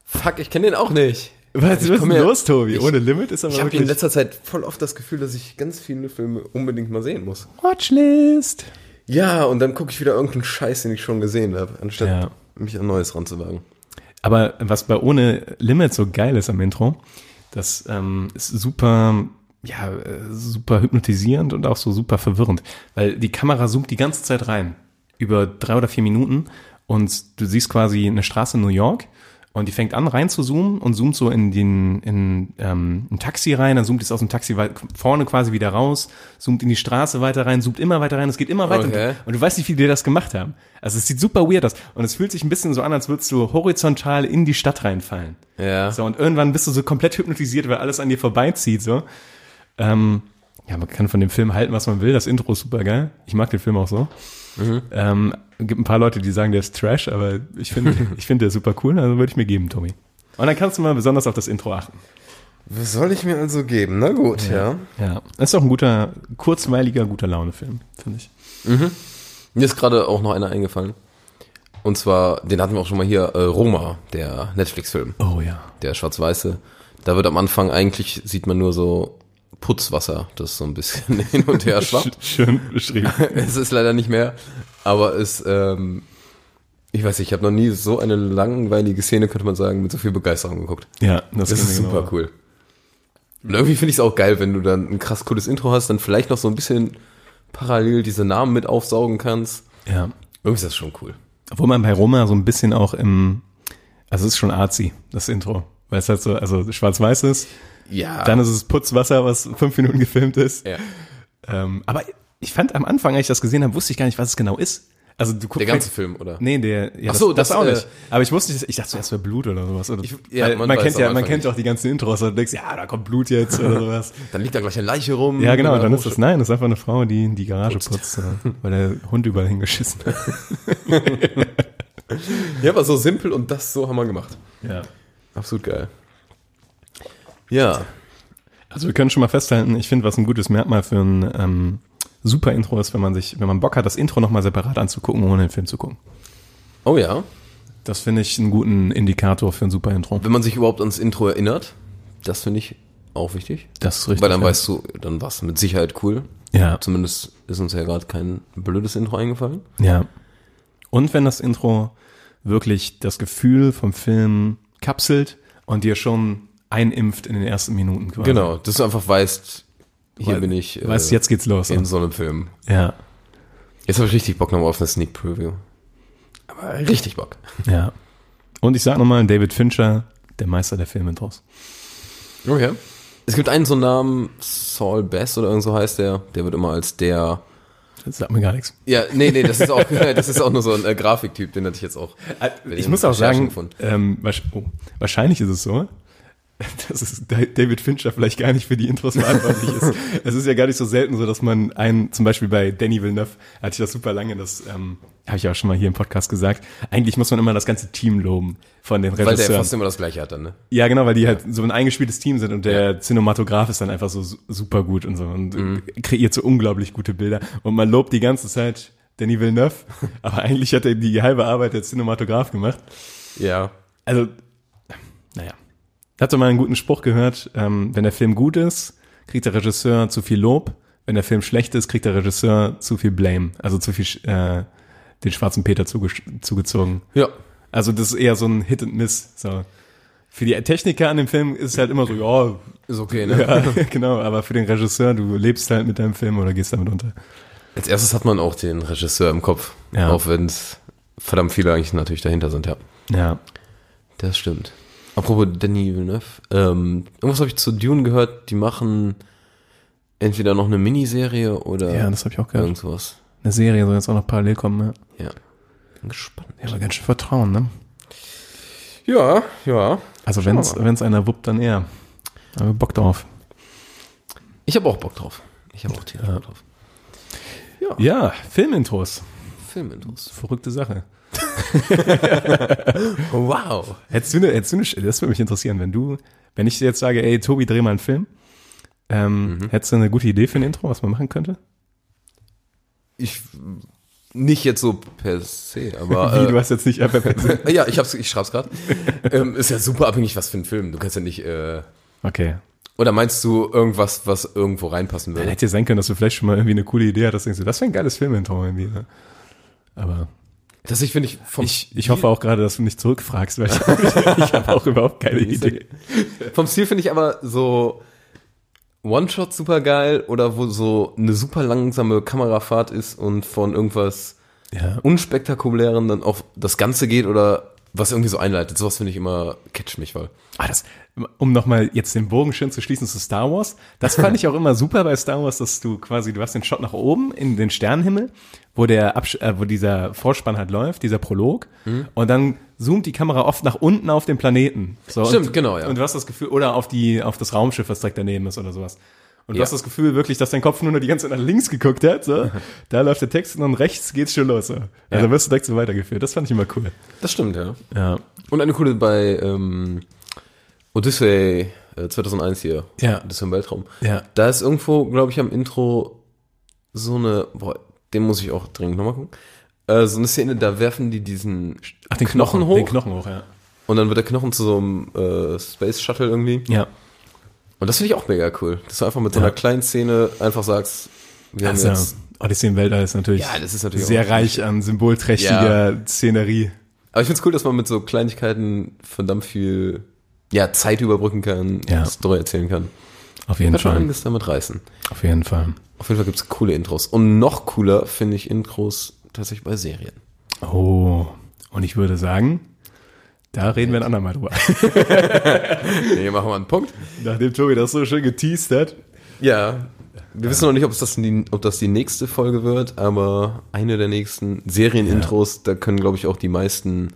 Speaker 6: Fuck, ich kenne den auch nicht.
Speaker 1: Was,
Speaker 6: Ich
Speaker 1: was ist
Speaker 6: komm
Speaker 1: denn
Speaker 6: ja-
Speaker 1: los, Tobi?
Speaker 6: ich-
Speaker 1: Ohne Limit ist aber
Speaker 6: Ich habe in
Speaker 1: wirklich...
Speaker 6: letzter Zeit voll oft das Gefühl, dass ich ganz viele Filme unbedingt mal sehen muss.
Speaker 1: Watchlist.
Speaker 6: Ja, und dann gucke ich wieder irgendeinen Scheiß, den ich schon gesehen habe, anstatt
Speaker 1: Ja.
Speaker 6: mich an Neues ranzuwagen.
Speaker 1: Aber was bei Ohne Limit so geil ist am Intro, das ähm, ist super, ja, äh, super hypnotisierend und auch so super verwirrend, weil die Kamera zoomt die ganze Zeit rein über drei oder vier Minuten und du siehst quasi eine Straße in New York und die fängt an rein zu zoomen und zoomt so in den in ähm, ein Taxi rein, dann zoomt es aus dem Taxi wei- vorne quasi wieder raus, zoomt in die Straße weiter rein, zoomt immer weiter rein, es geht immer weiter
Speaker 6: Okay.
Speaker 1: und, und du weißt nicht, wie die das gemacht haben. Also es sieht super weird aus. Und es fühlt sich ein bisschen so an, als würdest du horizontal in die Stadt reinfallen.
Speaker 6: Ja.
Speaker 1: So, und irgendwann bist du so komplett hypnotisiert, weil alles an dir vorbeizieht. So. Ähm, ja, man kann von dem Film halten, was man will. Das Intro ist super geil. Ich mag den Film auch so. Ähm, gibt ein paar Leute, die sagen, der ist Trash, aber ich finde ich finde der super cool. Also würde ich mir geben, Tommy. Und dann kannst du mal besonders auf das Intro achten.
Speaker 6: Was soll ich mir also geben? Na gut, ja.
Speaker 1: Ja. Das ist auch ein guter, kurzweiliger, guter Laune-Film, finde ich.
Speaker 6: Mir ist gerade auch noch einer eingefallen. Und zwar, den hatten wir auch schon mal hier, äh, Roma, der Netflix-Film,
Speaker 1: Oh ja.
Speaker 6: der schwarz-weiße. Da wird am Anfang eigentlich, sieht man nur so Putzwasser, das so ein bisschen hin und her schwappt.
Speaker 1: Schön beschrieben.
Speaker 6: es ist leider nicht mehr, aber es, ähm, ich weiß nicht, ich habe noch nie so eine langweilige Szene, könnte man sagen, mit so viel Begeisterung geguckt.
Speaker 1: Ja, das, genau
Speaker 6: Das
Speaker 1: ging
Speaker 6: ist
Speaker 1: mir
Speaker 6: super
Speaker 1: genauso.
Speaker 6: cool. Und irgendwie finde ich es auch geil, wenn du dann ein krass cooles Intro hast, dann vielleicht noch so ein bisschen parallel diese Namen mit aufsaugen kannst.
Speaker 1: Ja.
Speaker 6: Irgendwie ist das schon cool.
Speaker 1: Obwohl man bei Roma so ein bisschen auch im, also es ist schon arzi, das Intro. Weil es halt so, also schwarz-weiß ist,
Speaker 6: Ja.
Speaker 1: dann ist es Putzwasser, was fünf Minuten gefilmt ist.
Speaker 6: Ah. ja.
Speaker 1: Ähm, aber ich fand am Anfang, als ich das gesehen habe, wusste ich gar nicht, was es genau ist. Also du guckst.
Speaker 6: Der ganze Film, oder?
Speaker 1: Nee, der, ja,
Speaker 6: Ach so,
Speaker 1: das,
Speaker 6: das,
Speaker 1: das auch
Speaker 6: äh,
Speaker 1: nicht. Aber ich wusste nicht, ich dachte zuerst wäre Blut oder sowas. Oder,
Speaker 6: ja,
Speaker 1: weil
Speaker 6: man
Speaker 1: man,
Speaker 6: weiß
Speaker 1: kennt
Speaker 6: am
Speaker 1: ja, man
Speaker 6: Anfang
Speaker 1: kennt auch die ganzen Intros und du denkst, ja, da kommt Blut jetzt oder sowas.
Speaker 6: Dann liegt da gleich eine Leiche rum.
Speaker 1: Ja, genau, dann
Speaker 6: Oder-
Speaker 1: ist das, nein, das ist einfach eine Frau, die in die Garage putzt, äh, weil der Hund überall hingeschissen hat.
Speaker 6: Ja, aber so simpel und das so haben wir gemacht.
Speaker 1: Ja.
Speaker 6: Absolut geil. Ja.
Speaker 1: Also wir können schon mal festhalten, ich finde, was ein gutes Merkmal für ein ähm, super Intro ist, wenn man sich, wenn man Bock hat, das Intro nochmal separat anzugucken, ohne den Film zu gucken.
Speaker 6: Oh ja.
Speaker 1: Das finde ich einen guten Indikator für ein super Intro.
Speaker 6: Wenn man sich überhaupt ans Intro erinnert, das finde ich auch wichtig.
Speaker 1: Das ist richtig.
Speaker 6: Weil dann
Speaker 1: ja.
Speaker 6: weißt du, dann war es mit Sicherheit cool.
Speaker 1: Ja,
Speaker 6: Zumindest ist uns ja gerade kein blödes Intro eingefallen.
Speaker 1: ja. Und wenn das Intro wirklich das Gefühl vom Film kapselt und dir schon einimpft in den ersten Minuten quasi.
Speaker 6: Genau, dass du einfach weißt, hier
Speaker 1: Weil-
Speaker 6: bin ich äh,
Speaker 1: Weißt, jetzt geht's los.
Speaker 6: in so einem Film.
Speaker 1: Ja,
Speaker 6: Jetzt habe ich richtig Bock nochmal auf eine Sneak Preview. Aber richtig Bock.
Speaker 1: ja. Und ich sag nochmal, David Fincher, der Meister der Filmintros. Oh
Speaker 6: Okay. Es gibt einen so einen Namen, Saul Bass oder irgend so heißt der. Der wird immer als der.
Speaker 1: Das sagt mir gar nichts.
Speaker 6: Ja, nee, nee, das ist auch, das ist auch nur so ein äh, Grafiktyp, den hatte ich jetzt auch. bei
Speaker 1: Äh, Ich
Speaker 6: den
Speaker 1: muss auch
Speaker 6: Äh, Recherchen
Speaker 1: sagen,
Speaker 6: gefunden.
Speaker 1: ähm, wahrsch- oh, wahrscheinlich ist es so, dass es Da- David Fincher vielleicht gar nicht für die Intros verantwortlich ist. Es ist ja gar nicht so selten so, dass man einen, zum Beispiel bei Danny Villeneuve hatte ich das super lange, das ähm, habe ich auch schon mal hier im Podcast gesagt. Eigentlich muss man immer das ganze Team loben von den
Speaker 6: weil der
Speaker 1: Regisseuren.
Speaker 6: fast immer das gleiche hat dann, ne?
Speaker 1: Ja, genau, weil die halt so ein eingespieltes Team sind und der Cinematograf ist dann einfach so su- super gut und so und
Speaker 6: Mhm.
Speaker 1: kreiert so unglaublich gute Bilder. Und man lobt die ganze Zeit Danny Villeneuve, aber eigentlich hat er die halbe Arbeit als Cinematograf gemacht.
Speaker 6: Ja.
Speaker 1: Also, naja. Hat mal einen guten Spruch gehört, ähm, wenn der Film gut ist, kriegt der Regisseur zu viel Lob. Wenn der Film schlecht ist, kriegt der Regisseur zu viel Blame. Also zu viel äh, den schwarzen Peter zugesch- zugezogen.
Speaker 6: Ja.
Speaker 1: Also das ist eher so ein Hit and Miss. So. Für die Techniker an dem Film ist es halt immer so, ja,
Speaker 6: Ist okay, ne?
Speaker 1: ja, genau, aber für den Regisseur, du lebst halt mit deinem Film oder gehst damit unter.
Speaker 6: Als erstes hat man auch den Regisseur im Kopf.
Speaker 1: Ja.
Speaker 6: Auch wenn es verdammt viele eigentlich natürlich dahinter sind, ja.
Speaker 1: Ja.
Speaker 6: Das stimmt. Apropos Danny Villeneuve, ähm, irgendwas habe ich zu Dune gehört, die machen entweder noch eine Miniserie oder
Speaker 1: Ja, das habe ich auch gehört.
Speaker 6: irgendwas.
Speaker 1: Eine Serie soll jetzt auch noch parallel kommen. Ja,
Speaker 6: Ja. Bin gespannt.
Speaker 1: ja aber ganz schön Vertrauen, ne?
Speaker 6: Ja, ja.
Speaker 1: Also wenn's, wenn's einer wuppt, dann er. Aber Bock drauf.
Speaker 6: Ich habe auch Bock drauf. Ich habe auch tierisch Bock drauf.
Speaker 1: Ja, Filmintros.
Speaker 6: Filminteresse.
Speaker 1: Verrückte Sache. Oh,
Speaker 6: Wow.
Speaker 1: Hättest du eine, hättest du eine, das würde mich interessieren, wenn du, wenn ich dir jetzt sage, ey, Tobi, dreh mal einen Film. Ähm, Hättest du eine gute Idee für ein Intro, was man machen könnte?
Speaker 6: Ich nicht jetzt so per se, aber
Speaker 1: Wie, du halt- hast jetzt nicht Apple Pencil.
Speaker 6: äh, ja, ich hab's, ich schreib's gerade. ähm, ist ja super abhängig, was für ein Film. Du kannst ja nicht. Äh,
Speaker 1: Okay.
Speaker 6: oder meinst du irgendwas, was irgendwo reinpassen
Speaker 1: Dann
Speaker 6: würde?
Speaker 1: hätte ja sein können, dass du vielleicht schon mal irgendwie eine coole Idee hattest. Denkst du, das wäre ein geiles Filmintro irgendwie. Ne? Aber
Speaker 6: Das ich finde ich vom,
Speaker 1: ich, ich hoffe auch gerade, dass du nicht zurückfragst, weil ich, ich habe auch überhaupt keine Idee.
Speaker 6: vom Stil finde ich aber so One-Shot super geil oder wo so eine super langsame Kamerafahrt ist und von irgendwas
Speaker 1: Ja,
Speaker 6: unspektakulären dann auf das Ganze geht oder was irgendwie so einleitet. Sowas finde ich immer catch mich, weil
Speaker 1: Ah, das, um nochmal jetzt den Bogen schön zu schließen zu Star Wars, das fand ich auch immer super bei Star Wars, dass du quasi, du hast den Shot nach oben in den Sternenhimmel, wo der Absch äh, wo dieser Vorspann halt läuft, dieser Prolog, und dann zoomt die Kamera oft nach unten auf den Planeten. So,
Speaker 6: Stimmt,
Speaker 1: und,
Speaker 6: genau, ja.
Speaker 1: Und du hast das Gefühl, oder auf die, auf das Raumschiff, was direkt daneben ist oder sowas. Und du
Speaker 6: Ja.
Speaker 1: hast das Gefühl wirklich, dass dein Kopf nur noch die ganze Zeit nach links geguckt hat, so. Da läuft der Text und dann rechts geht's schon los, so. Also wirst du direkt so weitergeführt. Das fand ich immer cool.
Speaker 6: das stimmt, ja.
Speaker 1: Ja.
Speaker 6: Und eine coole bei ähm, Odyssey äh, 2001 hier.
Speaker 1: Ja.
Speaker 6: Odyssey im Weltraum.
Speaker 1: Ja.
Speaker 6: Da ist irgendwo, glaube ich, am Intro so eine, boah, den muss ich auch dringend nochmal gucken. Äh, so eine Szene, da werfen die diesen
Speaker 1: Ach, den
Speaker 6: Knochen,
Speaker 1: Knochen,
Speaker 6: hoch
Speaker 1: Den Knochen hoch, ja.
Speaker 6: und dann wird der Knochen zu so einem äh, Space Shuttle irgendwie.
Speaker 1: Ja.
Speaker 6: Und das finde ich auch mega cool, dass du einfach mit so einer
Speaker 1: Ja.
Speaker 6: kleinen Szene einfach sagst, wir haben
Speaker 1: Also,
Speaker 6: jetzt
Speaker 1: Odyssey im Weltall ist natürlich,
Speaker 6: Ja, das ist natürlich
Speaker 1: sehr
Speaker 6: auch-
Speaker 1: reich an symbolträchtiger Szenerie.
Speaker 6: Aber ich find's cool, dass man mit so Kleinigkeiten verdammt viel ja, Zeit überbrücken kann,
Speaker 1: Ja.
Speaker 6: Story erzählen kann.
Speaker 1: Auf jeden
Speaker 6: Kann schon einiges damit reißen.
Speaker 1: Auf jeden Fall.
Speaker 6: Auf jeden Fall gibt's coole Intros. Und noch cooler finde ich Intros tatsächlich bei Serien.
Speaker 1: Oh. Und ich würde sagen, da reden wir ein andermal drüber.
Speaker 6: Hier machen wir einen Punkt.
Speaker 1: Nachdem Tobi das so schön geteased hat.
Speaker 6: Ja. Wir wissen noch nicht, ob das, die, ob das die nächste Folge wird, aber eine der nächsten Serienintros, da können, glaube ich, auch die meisten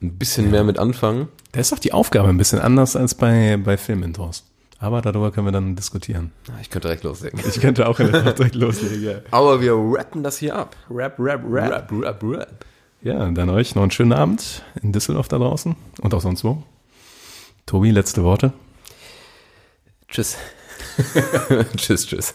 Speaker 6: ein bisschen mehr mit anfangen.
Speaker 1: Da ist doch die Aufgabe ein bisschen anders als bei, bei Filmintros. Aber darüber können wir dann diskutieren.
Speaker 6: Ah, Ich könnte direkt loslegen.
Speaker 1: Ich könnte auch in der Nacht direkt loslegen. Ja.
Speaker 6: Aber wir rappen das hier ab. Rap, rap, rap. Rap, rap, rap.
Speaker 1: ja, dann euch noch einen schönen Abend in Düsseldorf da draußen und auch sonst wo. Tobi, letzte Worte.
Speaker 6: Tschüss. tschüss, tschüss.